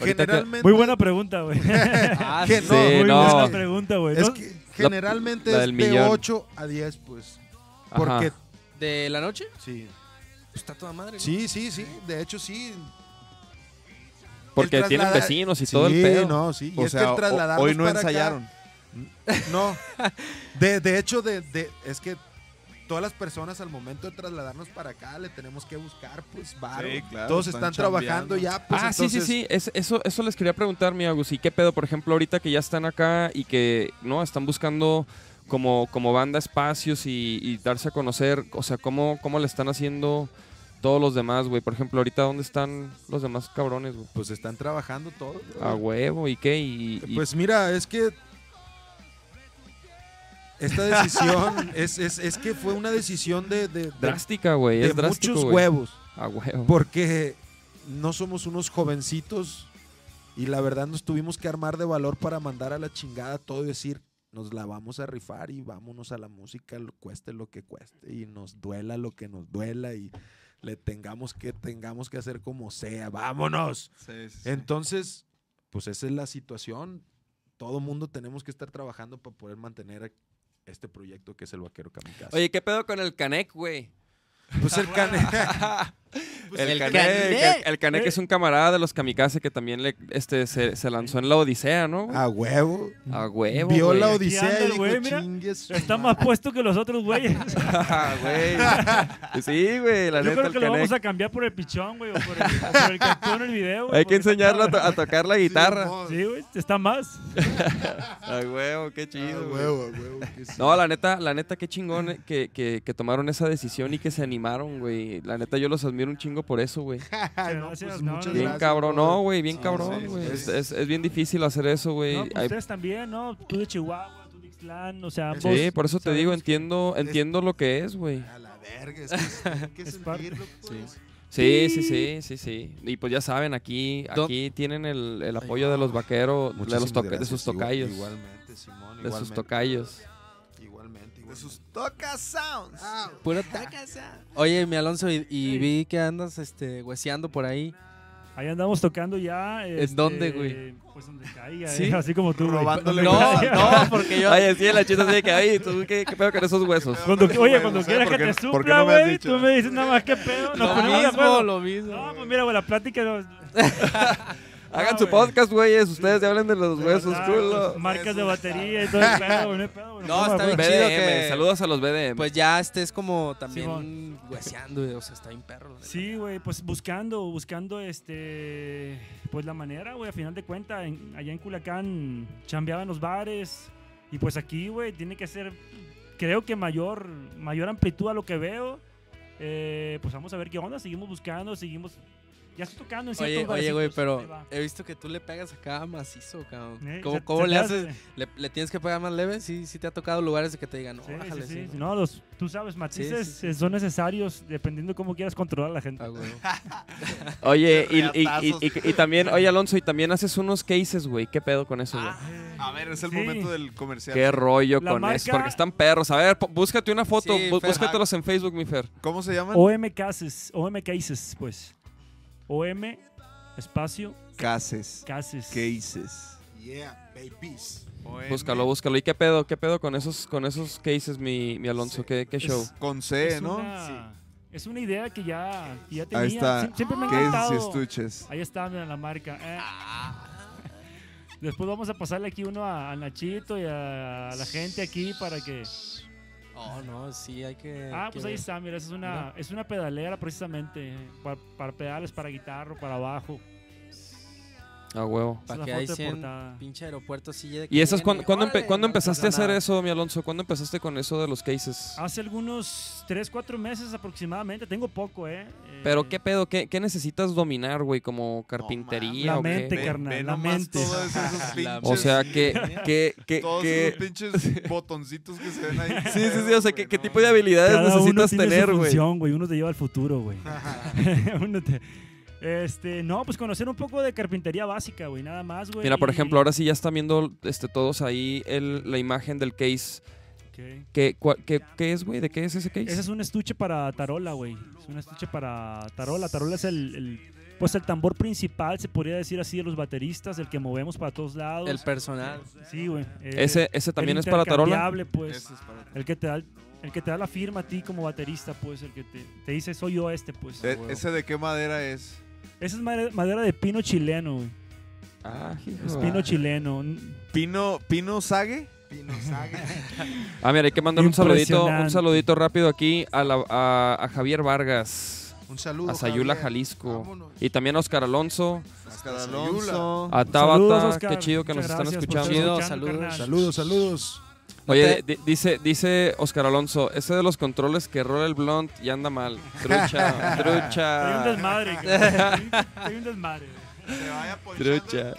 Speaker 1: Ahorita que-
Speaker 4: Generalmente.
Speaker 6: Muy buena pregunta, güey.
Speaker 5: Ah,
Speaker 4: que
Speaker 5: sí.
Speaker 4: no,
Speaker 1: Sí,
Speaker 6: Muy
Speaker 1: no.
Speaker 6: buena pregunta, güey.
Speaker 4: Es
Speaker 6: ¿no?
Speaker 4: que generalmente
Speaker 1: la
Speaker 4: es de
Speaker 1: del millón.
Speaker 4: 8 a 10, pues.
Speaker 1: Ajá.
Speaker 4: Porque.
Speaker 5: ¿De la noche?
Speaker 4: Sí.
Speaker 5: Pues está toda madre. ¿no?
Speaker 4: Sí, sí, sí. De hecho, sí.
Speaker 1: Porque
Speaker 4: el
Speaker 1: tienen
Speaker 4: trasladar-
Speaker 1: vecinos y
Speaker 4: sí,
Speaker 1: todo el pedo.
Speaker 4: no, sí. Y
Speaker 2: O
Speaker 4: es que
Speaker 2: sea,
Speaker 4: el
Speaker 2: o-
Speaker 4: trasladarnos
Speaker 2: hoy no
Speaker 4: para acá-
Speaker 2: ensayaron.
Speaker 4: No. De, de hecho, de, de- es que todas las personas al momento de trasladarnos para acá le tenemos que buscar, pues, varo.
Speaker 2: Sí, claro,
Speaker 4: Todos
Speaker 2: están
Speaker 4: están, trabajando
Speaker 2: chambeando.
Speaker 4: ya, pues.
Speaker 1: ah, sí,
Speaker 4: entonces,
Speaker 1: sí, sí. Es- eso, eso les quería preguntar, mi Agus. ¿Y qué pedo, por ejemplo, ahorita que ya están acá y que no están buscando como, como banda espacios y, y darse a conocer? O sea, ¿cómo, cómo le están haciendo todos los demás, güey? Por ejemplo, ahorita, ¿dónde están los demás cabrones, güey?
Speaker 4: Pues están trabajando todos.
Speaker 1: A huevo, ¿y qué? Y, y-
Speaker 4: Pues mira, es que esta decisión es, es- es que fue una decisión de, de- de-
Speaker 1: drástica, güey.
Speaker 4: de
Speaker 1: Es drástico,
Speaker 4: muchos
Speaker 1: güey.
Speaker 4: huevos,
Speaker 1: A huevo.
Speaker 4: porque no somos unos jovencitos y la verdad nos tuvimos que armar de valor para mandar a la chingada todo y decir, nos la vamos a rifar y vámonos a la música, lo- cueste lo que cueste y nos duela lo que nos duela y le tengamos que tengamos que hacer como sea, vámonos.
Speaker 2: Sí, sí, sí.
Speaker 4: Entonces, pues esa es la situación. Todo mundo tenemos que estar trabajando para poder mantener este proyecto que es el Vaquero Kamikaze.
Speaker 1: Oye, ¿qué pedo con el Canek, güey?
Speaker 4: pues el Cane-
Speaker 1: el,
Speaker 5: el
Speaker 1: Canek,
Speaker 5: Canek.
Speaker 1: Pues el- el Canek es un camarada de los kamikaze que también le, este, se, se lanzó en la Odisea, ¿no? güey?
Speaker 4: a huevo.
Speaker 1: A huevo.
Speaker 4: Ah, Vio
Speaker 1: güey.
Speaker 4: la
Speaker 6: Aquí anda
Speaker 4: odisea
Speaker 6: el
Speaker 4: y dijo,
Speaker 6: güey, mira.
Speaker 4: "Chingue su
Speaker 6: Está más
Speaker 4: madre".
Speaker 6: puesto que los otros güeyes.
Speaker 1: Ah, güey. Sí, güey, la
Speaker 6: Yo
Speaker 1: neta,
Speaker 6: creo
Speaker 1: el
Speaker 6: que lo
Speaker 1: Canek.
Speaker 6: vamos a cambiar por el pichón, güey, o por el, o por el que actuó en el video. güey,
Speaker 1: Hay que
Speaker 6: porque está
Speaker 1: enseñarlo a, to-
Speaker 6: cabrón.
Speaker 1: a tocar la guitarra.
Speaker 6: Sí, güey, está más.
Speaker 1: A huevo, qué
Speaker 4: A
Speaker 1: chido, güey.
Speaker 4: huevo, a huevo, que sí.
Speaker 1: No, la neta, la neta, qué chingón eh, que, que, que tomaron esa decisión y que se animaron, güey. La neta, yo los admiro un chingo por eso, güey.
Speaker 4: Ay, no,
Speaker 6: Gracias,
Speaker 4: pues,
Speaker 6: no,
Speaker 4: muchas
Speaker 6: no,
Speaker 1: Bien
Speaker 4: gracias,
Speaker 1: cabrón,
Speaker 4: brother.
Speaker 1: no, güey, bien
Speaker 4: Sí,
Speaker 1: cabrón,
Speaker 4: sí,
Speaker 1: güey.
Speaker 4: sí.
Speaker 1: Es, es- es bien difícil hacer eso, güey.
Speaker 6: No, pues
Speaker 1: Hay-
Speaker 6: ustedes también, ¿no? Tú de Chihuahua, tú de Ixtlán, o sea, ambos.
Speaker 1: Sí, por eso te
Speaker 6: sabemos
Speaker 1: digo,
Speaker 6: que-
Speaker 1: entiendo, entiendo lo que es, güey.
Speaker 4: A la verga, es que, hay que
Speaker 6: Es parte.
Speaker 4: sentirlo, pues.
Speaker 1: Sí, sí, sí, sí, sí. Y pues ya saben, aquí,
Speaker 5: Don-
Speaker 1: aquí tienen el, el apoyo de los vaqueros, de, los
Speaker 4: Muchísimas
Speaker 1: toca- de
Speaker 4: gracias,
Speaker 1: sus
Speaker 4: igual-
Speaker 1: tocayos.
Speaker 4: Igualmente, Simón,
Speaker 1: de sus
Speaker 4: igualmente.
Speaker 1: tocayos.
Speaker 4: Igualmente,
Speaker 2: De
Speaker 4: igualmente.
Speaker 2: sus toca sounds.
Speaker 5: Puro tacaza. Oye, mi Alonso, y, y
Speaker 6: Sí.
Speaker 5: vi que andas este, hueseando por ahí.
Speaker 6: Ahí andamos tocando ya. este,
Speaker 5: ¿En dónde, güey?
Speaker 6: Pues donde caiga,
Speaker 5: Sí.
Speaker 6: ¿eh? así como tú. güey.
Speaker 2: Robándole
Speaker 6: Cuando-
Speaker 5: No, no, porque yo.
Speaker 1: Oye, sí, la chita así de que, ay, ¿tú qué, qué pedo con esos huesos?
Speaker 6: Cuando, oye, cuando
Speaker 2: No sé,
Speaker 6: quieras
Speaker 2: ¿por
Speaker 6: que
Speaker 2: qué-
Speaker 6: te
Speaker 2: por qué
Speaker 6: supla,
Speaker 2: no me has
Speaker 6: güey,
Speaker 2: dicho?
Speaker 6: tú me dices nada más qué pedo. Nos
Speaker 5: lo
Speaker 6: ponemos de
Speaker 5: mismo,
Speaker 6: acuerdo.
Speaker 5: lo mismo.
Speaker 6: No, pues mira, güey, la plática. no-
Speaker 1: Hagan
Speaker 6: no,
Speaker 1: su
Speaker 6: güey.
Speaker 1: podcast, güeyes. Ustedes ya hablen de los
Speaker 6: De
Speaker 1: huesos,
Speaker 6: verdad,
Speaker 1: culo.
Speaker 6: pues, Marcas de batería y todo el pedo, güey, no hay pedo, güey, nos
Speaker 5: No,
Speaker 6: ponemos de
Speaker 5: está bien
Speaker 6: acuerdo.
Speaker 5: chido
Speaker 1: BDM,
Speaker 5: que-
Speaker 1: saludos a los BDM.
Speaker 5: Pues ya estés como también
Speaker 6: Simón.
Speaker 5: hueseando, güey, o sea, está bien perro. la neta.
Speaker 6: Sí, güey, pues buscando, buscando este, pues la manera, güey, a final de cuentas, en- allá en Culiacán chambeaban los bares y pues aquí, güey, tiene que ser, creo que mayor, mayor amplitud a lo que veo. Eh, pues vamos a ver qué onda, seguimos buscando, seguimos, ya estoy tocando en ciertos
Speaker 5: Oye, oye,
Speaker 6: barecitos,
Speaker 5: güey,
Speaker 6: ahí va.
Speaker 5: pero he visto que tú le pegas acá macizo, cabrón.
Speaker 6: Eh,
Speaker 5: ¿Cómo,
Speaker 6: se-
Speaker 5: cómo
Speaker 6: se
Speaker 5: le
Speaker 6: te
Speaker 5: haces?
Speaker 6: hace.
Speaker 5: ¿Le, le tienes que pegar más leve? Sí, sí te ha tocado lugares de que te digan, no,
Speaker 6: Sí, sí,
Speaker 5: bájale,
Speaker 6: sí,
Speaker 5: sí,
Speaker 6: No, los, tú sabes, matices
Speaker 5: sí, sí.
Speaker 6: eh, son necesarios dependiendo cómo quieras controlar a la gente.
Speaker 5: Ah, güey.
Speaker 1: Oye, y, y- y-
Speaker 2: Reatazos.
Speaker 1: y- y también, oye, Alonso, y también haces unos cases, güey. ¿Qué pedo con eso, güey?
Speaker 2: A ver, es el
Speaker 6: Sí.
Speaker 2: momento del comercial.
Speaker 1: Qué rollo
Speaker 6: La
Speaker 1: con eso,
Speaker 6: marca-
Speaker 1: porque están perros. A ver, po- búscate una foto,
Speaker 5: Sí,
Speaker 1: bú-
Speaker 5: Fer.
Speaker 1: búscatelos en Facebook, mi Fer.
Speaker 2: ¿Cómo se llaman?
Speaker 6: OM Cases, OM Cases, pues. OM espacio
Speaker 2: Cases.
Speaker 6: Cases.
Speaker 2: Cases.
Speaker 4: Yeah, babies.
Speaker 1: Búscalo, búscalo. ¿Y qué pedo? ¿Qué pedo con esos, con esos cases, mi, mi Alonso? ¿Qué, qué show?
Speaker 2: Con C,
Speaker 6: es
Speaker 2: ¿no?
Speaker 6: Una, Es una idea que ya, que ya tenía.
Speaker 2: Ahí está.
Speaker 6: Sie- Siempre me ha
Speaker 2: Cases y
Speaker 6: encantado. Este,
Speaker 2: estuches.
Speaker 6: Ahí está, mira la marca. eh.
Speaker 2: Ah.
Speaker 6: Después vamos a pasarle aquí uno a, a Nachito y a, la gente aquí para que.
Speaker 5: No, Oh, no, sí, hay que.
Speaker 6: Ah,
Speaker 5: que
Speaker 6: pues
Speaker 5: ver.
Speaker 6: ahí está, mira, esa es una, es una pedalera precisamente. Para, para pedales, para guitarra, para bajo.
Speaker 1: A huevo.
Speaker 6: Es
Speaker 5: Para
Speaker 6: una
Speaker 5: que
Speaker 6: foto
Speaker 5: ahí
Speaker 6: de
Speaker 5: sí en
Speaker 6: portada.
Speaker 5: pinche aeropuerto sí llegue.
Speaker 1: ¿Y esas cuándo,
Speaker 5: cuando
Speaker 1: cuándo, empe- cuándo empezaste a
Speaker 6: pasa
Speaker 1: hacer
Speaker 6: pues nada.
Speaker 1: eso, mi Alonso? ¿Cuándo empezaste con eso de los cases?
Speaker 6: Hace algunos 3, 4 meses aproximadamente, tengo poco, ¿eh?
Speaker 1: Pero
Speaker 6: Eh,
Speaker 1: qué pedo, qué, qué necesitas dominar, güey, como carpintería
Speaker 6: La
Speaker 1: o qué?
Speaker 6: mente,
Speaker 2: Ve-
Speaker 6: carnal,
Speaker 2: ve
Speaker 6: la
Speaker 2: nomás
Speaker 6: mente.
Speaker 2: Todos esos
Speaker 5: La-
Speaker 2: pinches,
Speaker 1: O sea, que, que, que,
Speaker 2: todos
Speaker 1: que-
Speaker 2: esos pinches botoncitos que se ven ahí.
Speaker 1: Sí, sí, sí, o sea,
Speaker 2: que
Speaker 1: ¿qué, qué tipo de habilidades
Speaker 6: Cada uno
Speaker 1: necesitas
Speaker 6: tiene
Speaker 1: tener,
Speaker 6: su
Speaker 1: güey?
Speaker 6: función, güey. Uno te lleva al futuro, güey. Uno te- Este, no, pues conocer un poco de carpintería básica, güey, nada más, güey.
Speaker 1: Mira, por
Speaker 6: y-
Speaker 1: ejemplo, ahora sí ya están viendo este, todos ahí el- la imagen del case.
Speaker 6: Ok.
Speaker 1: ¿Qué, cua- qué- qué es, güey? ¿De qué es ese case?
Speaker 6: Ese es un estuche para tarola, güey. Es un estuche para tarola. Tarola es el, el pues el tambor principal, se podría decir así, de los bateristas, el que movemos para todos lados.
Speaker 5: El personal.
Speaker 6: sí, güey. eh,
Speaker 1: Ese, ese
Speaker 6: el
Speaker 1: también es para Tarola.
Speaker 6: intercambiable, pues.
Speaker 2: Ese es para ti.
Speaker 6: El que te da el, el que te da la firma a ti como baterista, pues, el que te, te dice soy yo este, pues.
Speaker 2: E- ¿Ese de qué madera es?
Speaker 6: Esa es madera, madera de pino chileno, güey.
Speaker 1: Ah, hijo.
Speaker 6: Es pino chileno.
Speaker 2: ¿Pino, pino sague?
Speaker 1: Ah, mira, hay que mandar un saludito, un
Speaker 6: Impresionante.
Speaker 1: saludito rápido aquí a, la- a- a Javier Vargas,
Speaker 4: Un saludo.
Speaker 1: a Sayula
Speaker 4: Javier.
Speaker 1: Jalisco,
Speaker 4: Vámonos.
Speaker 1: y también a Oscar Alonso,
Speaker 2: Oscar Alonso.
Speaker 1: a
Speaker 6: Saludos,
Speaker 1: Tabata,
Speaker 6: Oscar.
Speaker 1: qué chido que
Speaker 6: Muchas
Speaker 1: nos están
Speaker 6: gracias por
Speaker 1: escuchando.
Speaker 6: estar
Speaker 5: Chido,
Speaker 6: escuchando,
Speaker 5: saludos.
Speaker 6: carnal.
Speaker 4: Saludos, saludos.
Speaker 1: Oye, di- dice, dice Oscar Alonso, ese de los controles que rola el blunt y anda mal. Trucha,
Speaker 6: Hay un
Speaker 1: trucha,
Speaker 6: desmadre. carnal. Hay- Hay un desmadre.
Speaker 2: Se vaya ponchando
Speaker 1: trucha.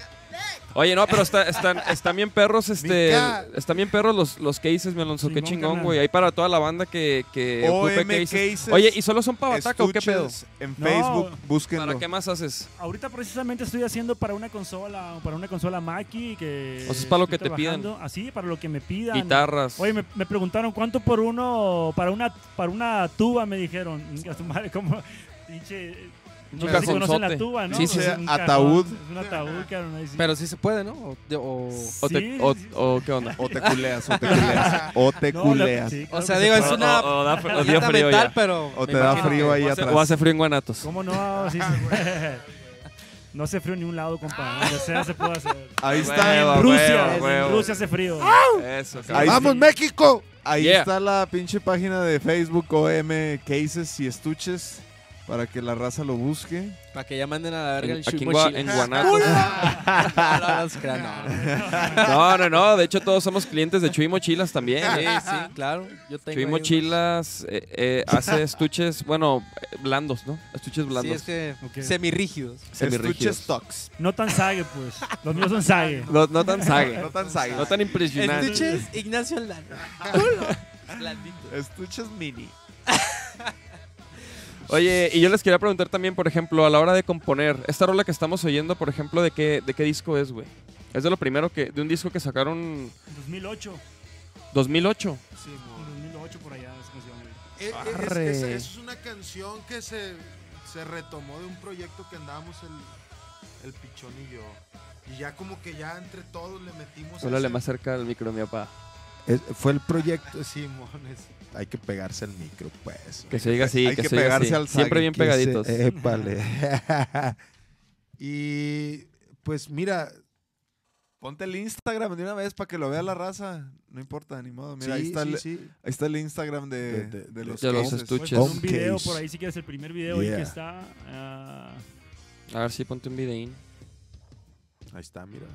Speaker 1: Oye, no, pero está- están, están bien perros, este,
Speaker 2: Mica.
Speaker 1: están bien perros los, los cases, mi Alonso, qué
Speaker 6: Simón,
Speaker 1: chingón,
Speaker 6: carnal.
Speaker 1: güey. Ahí para toda la banda que, que ocupe
Speaker 2: OM cases.
Speaker 1: Oye, ¿y solo son para bataca o qué pedo?
Speaker 2: estuches En
Speaker 6: No.
Speaker 2: Facebook, búsquenlo.
Speaker 1: ¿Para qué más haces?
Speaker 6: Ahorita precisamente estoy haciendo para una consola, para una consola Maki que.
Speaker 1: O sea, es para lo
Speaker 6: estoy
Speaker 1: que te pidan.
Speaker 6: trabajando. Así, para lo que me pidan.
Speaker 1: Guitarras.
Speaker 6: Oye, me, me preguntaron cuánto por uno, para una, para una tuba, me dijeron. Inga, su madre, como pinche. No
Speaker 1: Un
Speaker 6: sé si conocen
Speaker 1: cajonzote.
Speaker 6: la tuba, ¿no?
Speaker 1: Sí,
Speaker 2: sí,
Speaker 6: Pues
Speaker 2: sí.
Speaker 6: es un
Speaker 2: Ataúd.
Speaker 6: cajón, Es un ataúd, cabrón. ahí sí.
Speaker 5: Pero sí se puede, ¿no? O- de- o-
Speaker 1: ¿O, te-
Speaker 6: sí,
Speaker 1: o-
Speaker 6: sí.
Speaker 1: o qué onda?
Speaker 2: O te culeas, o te culeas. o te
Speaker 6: No, la-
Speaker 2: culeas.
Speaker 6: sí,
Speaker 5: O
Speaker 6: claro
Speaker 5: sea,
Speaker 6: que se
Speaker 5: digo, es
Speaker 6: puede.
Speaker 5: una
Speaker 1: o, o da fr- o dio
Speaker 5: dieta
Speaker 1: frío
Speaker 5: mental,
Speaker 1: ya.
Speaker 5: pero...
Speaker 2: O
Speaker 5: me
Speaker 2: te da
Speaker 5: imagino
Speaker 2: frío
Speaker 5: que-
Speaker 2: ahí
Speaker 1: O hace-
Speaker 2: atrás.
Speaker 1: O hace frío en Guanatos.
Speaker 6: ¿Cómo no? Sí, sí. no hace frío en ningún lado, compa. Donde sea se puede hacer.
Speaker 2: Ahí
Speaker 1: Huevo,
Speaker 2: está.
Speaker 1: Ah,
Speaker 6: En Rusia,
Speaker 1: huevo,
Speaker 6: en
Speaker 1: huevo.
Speaker 6: Rusia hace frío.
Speaker 1: Eso,
Speaker 2: Ahí
Speaker 4: ¡Vamos,
Speaker 6: sí.
Speaker 4: México!
Speaker 2: Ahí
Speaker 1: Yeah.
Speaker 2: está la pinche página de Facebook OM Cases y Estuches para que la raza lo busque.
Speaker 5: Para que ya manden a la verga el
Speaker 1: Aquí en,
Speaker 5: Shimo
Speaker 1: Gua-
Speaker 5: Chile.
Speaker 1: en Guanatos.
Speaker 5: No, no, no se crean, no.
Speaker 1: No, no, no. De hecho, todos somos clientes de Chuy Mochilas también.
Speaker 5: Sí, sí, claro. Yo tengo ahí
Speaker 1: Chuy
Speaker 5: un-
Speaker 1: Mochilas eh, eh, hace estuches, bueno, eh, blandos, ¿no? Estuches
Speaker 5: Sí,
Speaker 1: blandos.
Speaker 5: es que
Speaker 6: Ok.
Speaker 5: semirrígidos.
Speaker 1: semirrígidos.
Speaker 2: Estuches Tox.
Speaker 6: No tan sague, pues. Los míos son sague.
Speaker 1: No, no tan sague.
Speaker 2: No tan sagas.
Speaker 1: No tan impresionante.
Speaker 5: Estuches Ignacio Lano. Blandito.
Speaker 2: Estuches mini.
Speaker 1: Oye, y yo les quería preguntar también, por ejemplo, a la hora de componer, esta rola que estamos oyendo, por ejemplo, ¿de qué, de qué disco es, güey? Es de lo primero que, de un disco que sacaron
Speaker 6: 2008.
Speaker 1: 2008.
Speaker 6: 2008 por allá, esa canción, güey.
Speaker 7: Eh, eh, es-
Speaker 1: Arre.
Speaker 7: es, es una canción que se, se retomó de un proyecto que andábamos el, el pichón y yo. Y ya como que ya entre todos le
Speaker 5: Pues
Speaker 7: metimos...
Speaker 1: Háblale
Speaker 7: ese-
Speaker 1: más cerca del micro, mi papá.
Speaker 4: Es- fue el proyecto.
Speaker 7: Simón, es-
Speaker 4: Hay que pegarse al micro, pues.
Speaker 1: Que se diga así,
Speaker 2: hay
Speaker 1: que,
Speaker 2: que
Speaker 1: se diga
Speaker 2: pegarse
Speaker 1: así.
Speaker 2: al
Speaker 1: Siempre
Speaker 2: sague,
Speaker 1: bien
Speaker 4: que se-
Speaker 1: pegaditos.
Speaker 4: épale. y pues mira,
Speaker 2: Ponte el Instagram de una vez para que lo vea la raza. No importa, ni modo. Mira,
Speaker 4: sí,
Speaker 2: ahí, está
Speaker 4: sí,
Speaker 2: el,
Speaker 4: sí.
Speaker 2: ahí está el Instagram de,
Speaker 4: De- de-
Speaker 2: de los,
Speaker 1: de los
Speaker 2: Cases.
Speaker 1: estuches.
Speaker 6: Pues, un
Speaker 4: Ok.
Speaker 6: video por ahí, si quieres, el primer video ahí
Speaker 4: Yeah.
Speaker 6: que está. ah,
Speaker 1: A ver si ponte un videín.
Speaker 4: Ahí está, mira.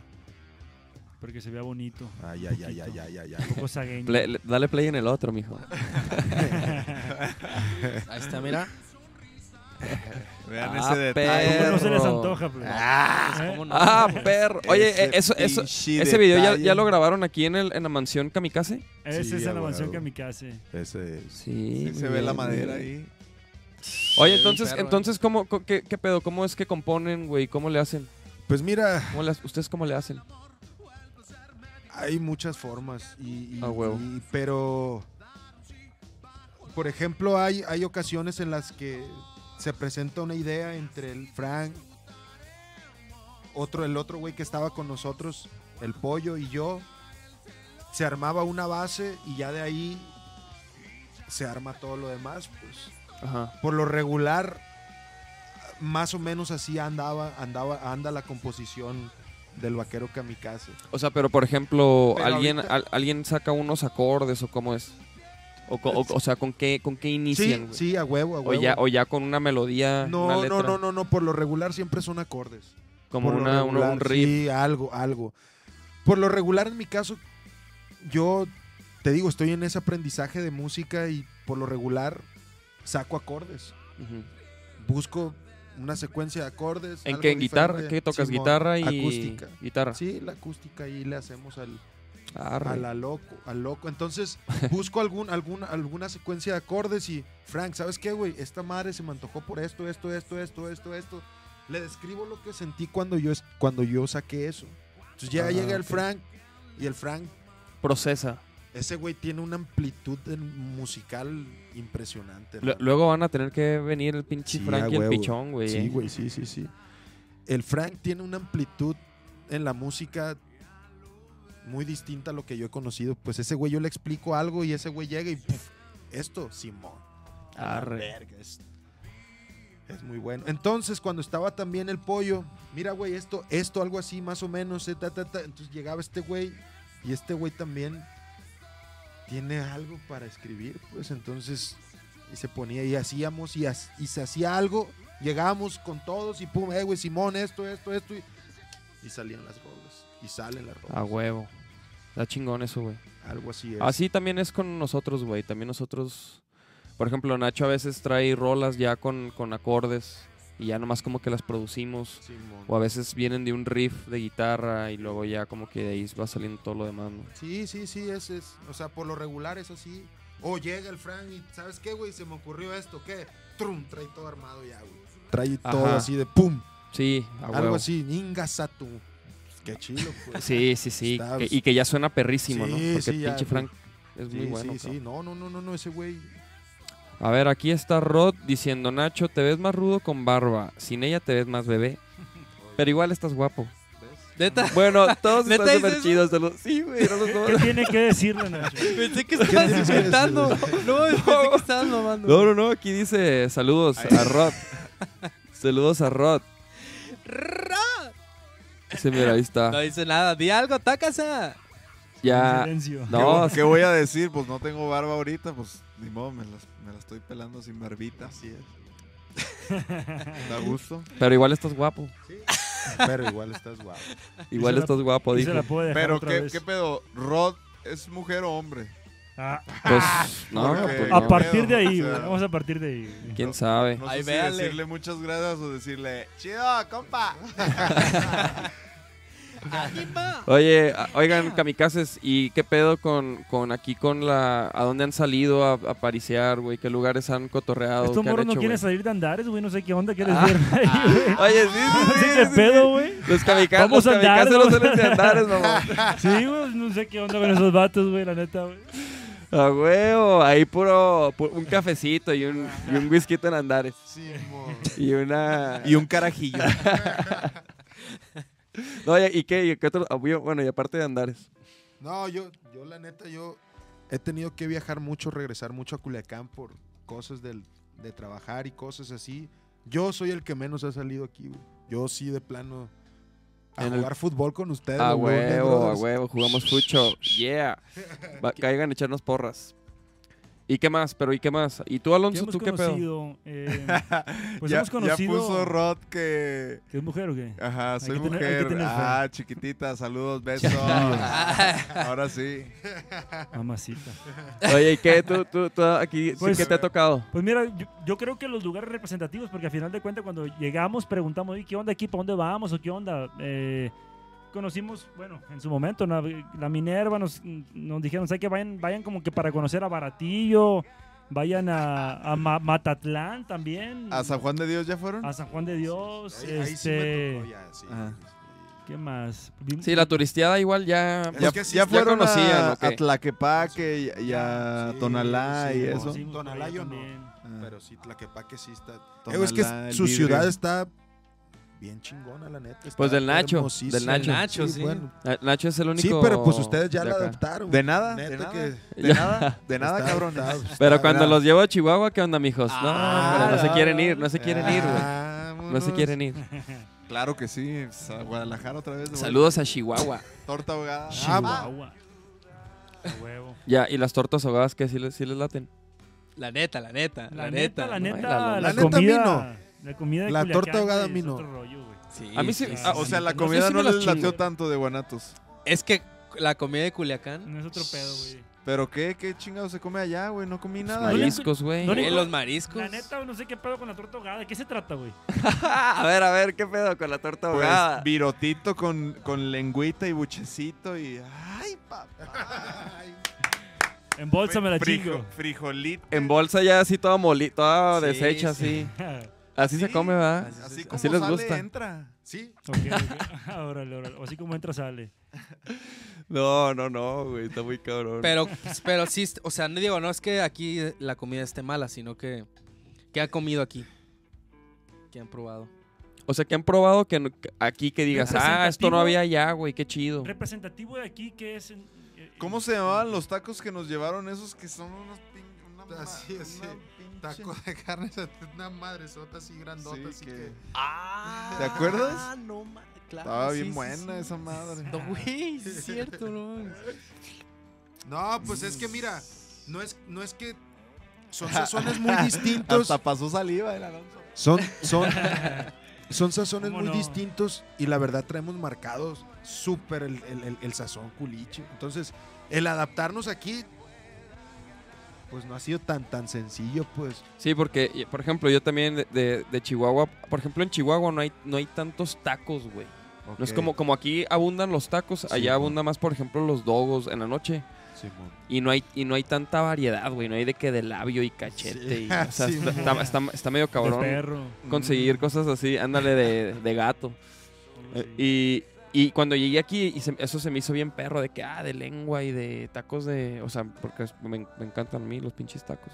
Speaker 6: porque se vea bonito.
Speaker 4: Ay, ay, ay, ay, ay, ay, ay.
Speaker 6: Un poco sagueño.
Speaker 1: Play- le- dale play en el otro, mijo.
Speaker 5: Ahí está, mira.
Speaker 2: Vean
Speaker 1: Ah,
Speaker 2: ese detalle.
Speaker 6: ¿Cómo no se les
Speaker 1: perro.
Speaker 6: antoja, pues?
Speaker 5: Pues,
Speaker 6: ¿Eh?
Speaker 5: ¿cómo no?
Speaker 1: Ah, perro. Oye, eh, eso,
Speaker 2: Ese
Speaker 1: eso,
Speaker 2: pinche
Speaker 1: ese video ya,
Speaker 2: detalle.
Speaker 1: ya lo grabaron aquí en, el, en la mansión Kamikaze.
Speaker 6: Esa
Speaker 4: Sí,
Speaker 6: es
Speaker 4: a
Speaker 6: la canción
Speaker 4: huevo.
Speaker 6: que a mi casa.
Speaker 4: Ese es.
Speaker 1: Sí.
Speaker 2: Sí, se ve la madera ahí.
Speaker 1: Oye,
Speaker 5: Sí,
Speaker 1: entonces,
Speaker 4: ¿eh?
Speaker 5: perro,
Speaker 1: entonces, ¿cómo, co- qué, qué pedo? ¿Cómo es que componen, güey? ¿Cómo le hacen?
Speaker 4: Pues mira,
Speaker 1: ¿Cómo las, ¿Ustedes cómo le hacen?
Speaker 4: hay muchas formas. Y, y-
Speaker 1: A huevo.
Speaker 4: y- pero, por ejemplo, hay, hay ocasiones en las que se presenta una idea entre el Frank, otro, el otro güey que estaba con nosotros, el pollo y yo. Se armaba una base y ya de ahí se arma todo lo demás, pues.
Speaker 1: Ajá.
Speaker 4: por lo regular más o menos así andaba andaba anda la composición del vaquero kamikaze
Speaker 1: O sea, pero por ejemplo,
Speaker 4: Pero
Speaker 1: alguien,
Speaker 4: ahorita-
Speaker 1: al- alguien saca unos acordes o cómo es. O, co- o- o sea, ¿con qué, con qué inician?
Speaker 4: sí
Speaker 1: güey?
Speaker 4: sí a huevo a
Speaker 1: o,
Speaker 4: huevo
Speaker 1: ya, o ya con una melodía. una
Speaker 4: no
Speaker 1: letra,
Speaker 4: no no no no por lo regular siempre son acordes
Speaker 1: Como
Speaker 4: Por lo
Speaker 1: una, una- un
Speaker 4: regular,
Speaker 1: riff.
Speaker 4: sí, algo algo por lo regular en mi caso yo te digo estoy en ese aprendizaje de música y por lo regular saco acordes
Speaker 1: Ujú.
Speaker 4: busco una secuencia de acordes
Speaker 1: ¿En
Speaker 4: algo
Speaker 1: qué? ¿En guitarra?
Speaker 4: diferente.
Speaker 1: ¿Qué tocas?
Speaker 4: Simón,
Speaker 1: guitarra y.
Speaker 4: acústica
Speaker 1: Guitarra.
Speaker 4: sí la acústica y le hacemos al
Speaker 1: Arre.
Speaker 4: A la loco, al loco. Entonces, busco algún, alguna, alguna secuencia de acordes y, Frank, ¿sabes qué, güey? Esta madre se me antojó por esto, esto, esto, esto, esto, esto. Le describo lo que sentí cuando yo, es- cuando yo saqué eso. Entonces ya
Speaker 1: Ah,
Speaker 4: llega el
Speaker 1: ok.
Speaker 4: Frank y el Frank
Speaker 1: Procesa.
Speaker 4: Ese güey tiene una amplitud en- musical impresionante.
Speaker 1: Lu-
Speaker 4: hermano.
Speaker 1: Luego van a tener que venir el pinche
Speaker 4: Sí,
Speaker 1: Frankie
Speaker 4: a
Speaker 1: el
Speaker 4: huevo.
Speaker 1: pichón, güey.
Speaker 4: Sí,
Speaker 1: eh.
Speaker 4: güey, sí, sí, sí. El Frank tiene una amplitud en la música muy distinta a lo que yo he conocido. Pues ese güey yo le explico algo y ese güey llega y ¡puf! esto, Simón. A la
Speaker 5: Arre.
Speaker 4: verga, es, es muy bueno. Entonces, cuando estaba también el pollo, mira, güey, esto, esto, algo así, más o menos, eh, ta, ta, ta. Entonces llegaba este güey y este güey también tiene algo para escribir, pues entonces y se ponía y hacíamos y, ha- y se hacía algo, llegábamos con todos y pum, eh, güey, Simón, esto, esto, esto, y, y salían las rolas, y salen las rolas.
Speaker 1: A huevo. Está chingón eso, güey.
Speaker 4: Algo así es.
Speaker 1: Ah, Así también es con nosotros, güey. También nosotros. Por ejemplo, Nacho a veces trae rolas ya con, con acordes y ya nomás como que las producimos.
Speaker 4: Simón.
Speaker 1: O a veces vienen de un riff de guitarra y luego ya como que de ahí va saliendo todo lo demás, ¿no?
Speaker 7: Sí, sí, sí, es, es. O sea, por lo regular es así. O llega el Frank y, ¿sabes qué, güey? Se me ocurrió esto, ¿qué? Trum, trae todo armado ya, güey.
Speaker 4: Trae
Speaker 1: Ajá.
Speaker 4: todo así de pum,
Speaker 1: Sí, a
Speaker 4: algo
Speaker 1: huevo.
Speaker 4: así, ningasatu. Qué chido, pues.
Speaker 1: Sí, sí, sí.
Speaker 4: Está- pues
Speaker 1: que- y que ya suena perrísimo, ¿no?
Speaker 4: Sí,
Speaker 1: Porque
Speaker 4: sí,
Speaker 1: el
Speaker 4: ya,
Speaker 1: pinche
Speaker 4: güey.
Speaker 1: Frank es
Speaker 4: Sí,
Speaker 1: muy bueno.
Speaker 4: sí,
Speaker 1: cabrón.
Speaker 4: sí. No, no, no, no, no, ese güey.
Speaker 1: A ver, aquí está Rod diciendo, Nacho, te ves más rudo con barba. Sin ella te ves más bebé. Pero igual estás guapo.
Speaker 5: Neta,
Speaker 1: Bueno, todos
Speaker 5: ¿Neta
Speaker 1: están
Speaker 5: dices
Speaker 1: súper
Speaker 5: eso?
Speaker 1: chidos. se los- Sí, güey, eran los dos.
Speaker 6: ¿Qué tiene que decirle, Nacho?
Speaker 5: pensé que estabas
Speaker 4: dices que
Speaker 5: inventando. No, pensé que estabas mamando.
Speaker 1: No, no, no, aquí dice saludos a Rod. saludos a Rod. Sí, mira, ahí
Speaker 5: No
Speaker 1: está.
Speaker 5: dice nada. Di algo, atácase.
Speaker 1: Ya.
Speaker 6: Silencio.
Speaker 1: No,
Speaker 2: ¿Qué, voy a decir? Pues no tengo barba ahorita, pues ni modo, me las- me la estoy pelando sin barbita. Así es. Da gusto.
Speaker 1: pero igual estás guapo.
Speaker 4: Pero igual estás guapo.
Speaker 1: Igual
Speaker 6: se la-
Speaker 1: estás guapo,
Speaker 6: Y se
Speaker 1: dijo.
Speaker 6: la puede dejar
Speaker 2: Pero,
Speaker 6: otra
Speaker 2: ¿qué,
Speaker 6: vez.
Speaker 2: ¿qué pedo? ¿Rod es mujer o hombre?
Speaker 6: Ah,
Speaker 1: Pues, no,
Speaker 2: Porque-
Speaker 1: pues
Speaker 2: ¿qué
Speaker 6: a
Speaker 1: no.
Speaker 6: partir
Speaker 2: pedo?
Speaker 6: de ahí,
Speaker 2: O sea,
Speaker 6: güey, Vamos a partir de ahí. güey.
Speaker 1: ¿Quién sabe?
Speaker 2: No
Speaker 5: Ahí
Speaker 2: sé si
Speaker 5: véale.
Speaker 2: decirle muchas gracias o decirle, chido, compa.
Speaker 1: Oye, a- oigan, kamikazes, ¿y qué pedo con, con aquí con la... ¿A dónde han salido a, a parisear, güey? ¿Qué lugares han cotorreado?
Speaker 6: Estos
Speaker 1: ¿Qué han
Speaker 6: morros no
Speaker 1: hecho,
Speaker 6: quieren
Speaker 1: güey?
Speaker 6: salir de andares, güey. No sé qué onda quieres
Speaker 1: Ah.
Speaker 6: ver ahí, güey.
Speaker 1: Oye, sí, sí,
Speaker 6: No
Speaker 1: sí,
Speaker 6: sé qué
Speaker 1: sí, sí.
Speaker 6: pedo, güey.
Speaker 1: Los kamikazes, los
Speaker 6: Vamos a andar,
Speaker 1: kamikazes no
Speaker 6: ¿no?
Speaker 1: suelen de andares, mamá.
Speaker 6: Sí, güey. No sé qué onda con esos vatos, güey, la neta, güey.
Speaker 1: A huevo, ahí puro, pu- un cafecito y un, y un whisky en Andares.
Speaker 7: Simón.
Speaker 1: Y una...
Speaker 2: un carajillo.
Speaker 1: No, y, y qué, y qué otro- ah, bueno, y aparte de Andares.
Speaker 4: No, yo, yo la neta, yo he tenido que viajar mucho, regresar mucho a Culiacán por cosas del, de trabajar y cosas así. Yo soy el que menos ha salido aquí, güey. Yo sí, de plano, a
Speaker 1: En el-
Speaker 4: jugar fútbol con ustedes.
Speaker 1: A
Speaker 4: los Golden
Speaker 1: Ah, huevo, a
Speaker 4: Brothers.
Speaker 1: huevo, jugamos fucho. Yeah. Va, caigan a echarnos porras. ¿Y qué más? Pero ¿y qué más? ¿Y tú,
Speaker 6: ¿Qué
Speaker 1: Alonso,
Speaker 6: hemos
Speaker 1: tú qué pedo?
Speaker 6: conocido? Eh, pues
Speaker 2: ya,
Speaker 6: hemos
Speaker 2: ya
Speaker 6: conocido...
Speaker 2: puso Rod que...
Speaker 6: ¿Que es mujer o qué?
Speaker 2: Ajá, soy
Speaker 6: que tener- hay que
Speaker 2: mujer.
Speaker 6: tener fe.
Speaker 2: ah, chiquitita, saludos, besos. Ahora sí.
Speaker 6: Mamacita.
Speaker 1: Oye, ¿y qué? ¿Tú, tú, tú aquí,
Speaker 6: Pues-
Speaker 1: qué te ha tocado?
Speaker 6: Pues mira, yo, yo creo que los lugares representativos, porque al final de cuentas cuando llegamos preguntamos, "Oye, ¿qué onda aquí? ¿Para dónde vamos? ¿O qué onda? Eh, conocimos, bueno, en su momento, la, la Minerva nos, nos dijeron, "Sabe qué? Vayan, vayan como que para conocer a Baratillo, vayan a, a Ma- Matatlán también,
Speaker 2: ¿A San Juan de Dios ya fueron?
Speaker 6: a San Juan de Dios,
Speaker 4: Ahí, ahí sí
Speaker 6: este,
Speaker 4: me tocó ya, sí.
Speaker 2: Ajá.
Speaker 6: ¿qué más? Vimos-
Speaker 1: Sí, la turisteada igual ya...
Speaker 4: Es
Speaker 1: ya-
Speaker 4: que sí,
Speaker 1: pues ya
Speaker 2: ya fueron
Speaker 1: conocían,
Speaker 2: a,
Speaker 1: ¿o qué?
Speaker 2: a Tlaquepaque y, y a
Speaker 4: Sí,
Speaker 2: Tonalá
Speaker 4: sí,
Speaker 2: y
Speaker 4: no,
Speaker 2: eso.
Speaker 4: sí. Tonalá yo no.
Speaker 6: también.
Speaker 2: Ah.
Speaker 4: Pero sí, Tlaquepaque sí está...
Speaker 2: Tonalá,
Speaker 4: Eh, es que
Speaker 2: el
Speaker 4: su
Speaker 2: vidrio.
Speaker 4: ciudad está bien chingona, la neta. está
Speaker 1: Pues del Nacho,
Speaker 4: hermosísima.
Speaker 1: del Nacho.
Speaker 5: Nacho, sí.
Speaker 4: bueno.
Speaker 1: Na- Nacho es el único...
Speaker 4: Sí, pero pues ustedes ya
Speaker 1: de
Speaker 4: la
Speaker 1: acá.
Speaker 4: adoptaron.
Speaker 2: De nada, de
Speaker 4: Neta
Speaker 2: nada,
Speaker 4: que
Speaker 2: de nada, de nada,
Speaker 4: está-
Speaker 2: cabrón.
Speaker 4: está-
Speaker 1: Pero
Speaker 4: está-
Speaker 1: cuando los llevo a Chihuahua, ¿qué onda, mijos?
Speaker 2: Ah,
Speaker 1: no, hombre, no se
Speaker 2: no.
Speaker 1: quieren ir, no se quieren ir, güey. No se
Speaker 2: Ah, Vámonos.
Speaker 1: quieren ir.
Speaker 2: Claro que sí, pues, a Guadalajara otra vez. de
Speaker 1: Saludos a Chihuahua.
Speaker 2: vuelta. Torta ahogada.
Speaker 4: Ah,
Speaker 2: Ah,
Speaker 6: Chihuahua. A huevo.
Speaker 1: Ya, y las tortas ahogadas que sí les, sí les laten.
Speaker 5: La neta, la neta, la,
Speaker 6: La neta, la
Speaker 1: no,
Speaker 6: neta,
Speaker 1: eh, la
Speaker 6: la,
Speaker 1: lona.
Speaker 4: La neta, a mí
Speaker 6: comida. La comida de
Speaker 4: La
Speaker 6: Culiacán,
Speaker 4: torta ahogada,
Speaker 6: güey,
Speaker 4: a mí
Speaker 6: es
Speaker 4: no.
Speaker 6: otro rollo, güey.
Speaker 5: Sí,
Speaker 1: A mí sí-
Speaker 6: sí,
Speaker 2: Ah, o
Speaker 6: sí.
Speaker 2: sea, la
Speaker 6: No
Speaker 1: sé
Speaker 2: comida
Speaker 1: si
Speaker 2: no,
Speaker 1: me las
Speaker 2: les latió
Speaker 1: chingo.
Speaker 2: tanto de Guanatos.
Speaker 5: Es que la comida de Culiacán,
Speaker 6: No es otro pedo, güey.
Speaker 2: ¿Pero qué? ¿Qué chingado se come allá, güey? No comí nada.
Speaker 6: no le-
Speaker 1: Mariscos, güey.
Speaker 6: no le-
Speaker 5: eh, los mariscos.
Speaker 6: La neta, güey, no sé qué pedo con la torta ahogada. ¿De qué se trata, güey?
Speaker 1: a ver, a ver, ¿qué pedo con la torta
Speaker 2: Pues,
Speaker 1: ahogada?
Speaker 2: virotito con, con lengüita y buchecito y... ¡Ay, papá!
Speaker 6: En bolsa me la
Speaker 2: Frijo-
Speaker 6: chingo.
Speaker 2: Frijolito.
Speaker 1: en bolsa ya así toda moli, toda
Speaker 5: Sí,
Speaker 1: deshecha,
Speaker 5: sí.
Speaker 1: así. Así se
Speaker 2: Sí.
Speaker 1: come, ¿verdad?
Speaker 5: Así-
Speaker 2: Así como
Speaker 1: Así les
Speaker 2: sale,
Speaker 1: gusta.
Speaker 2: entra.
Speaker 4: Sí,
Speaker 6: Ok, ok. Órale, órale. O así como entra, sale.
Speaker 1: No, no, no, güey, está muy cabrón.
Speaker 5: Pero, pero sí, o sea, no digo, no es que aquí la comida esté mala, sino que. ¿Qué han comido aquí? ¿Qué han probado?
Speaker 1: o sea, que han probado que no- que aquí que digas, ah, esto
Speaker 6: Representativo.
Speaker 1: no había allá, güey, qué chido.
Speaker 6: Representativo de aquí que es. en- eh,
Speaker 2: ¿Cómo se llamaban los tacos que nos llevaron esos que son unos pin, una ma-
Speaker 7: Así, así.
Speaker 2: una pinche-
Speaker 7: Taco de carne, una madresota así grandota,
Speaker 2: Sí,
Speaker 7: así
Speaker 2: que-
Speaker 7: que... Ah,
Speaker 5: Ah,
Speaker 2: ¿Te acuerdas?
Speaker 5: no, ma- claro.
Speaker 2: Estaba
Speaker 5: sí,
Speaker 2: bien
Speaker 5: sí,
Speaker 2: buena
Speaker 5: sí.
Speaker 2: esa madre.
Speaker 5: No, güey, sí es cierto, no.
Speaker 7: No, pues es que mira, no es, no es que son sazones muy distintos.
Speaker 2: Hasta pasó saliva el Alonso.
Speaker 4: Son, son, son sazones
Speaker 6: ¿Cómo
Speaker 4: muy
Speaker 6: no?
Speaker 4: distintos y la verdad traemos marcados súper el, el- el- el sazón culiche. Entonces, el adaptarnos aquí, pues no ha sido tan, tan sencillo, pues.
Speaker 1: Sí, porque, y- por ejemplo, yo también de, de- de Chihuahua, por ejemplo, en Chihuahua no hay, no hay tantos tacos, güey. No es
Speaker 4: Ok,
Speaker 1: como, como aquí abundan los tacos, allá
Speaker 4: mo.
Speaker 1: abundan más, por ejemplo, los dogos en la noche.
Speaker 4: Simón.
Speaker 1: Y no hay, y no hay tanta variedad, güey. No hay de que de labio y cachete. y- o sea,
Speaker 4: sí,
Speaker 1: está, está- está- está medio
Speaker 6: de
Speaker 1: cabrón
Speaker 6: perro.
Speaker 1: conseguir cosas así. Ándale de, de gato. Eh, Y, y cuando llegué aquí, y se- eso se me hizo bien perro, de que, ah, de lengua y de tacos de... O sea, porque es- me, en- me encantan a mí los pinches tacos.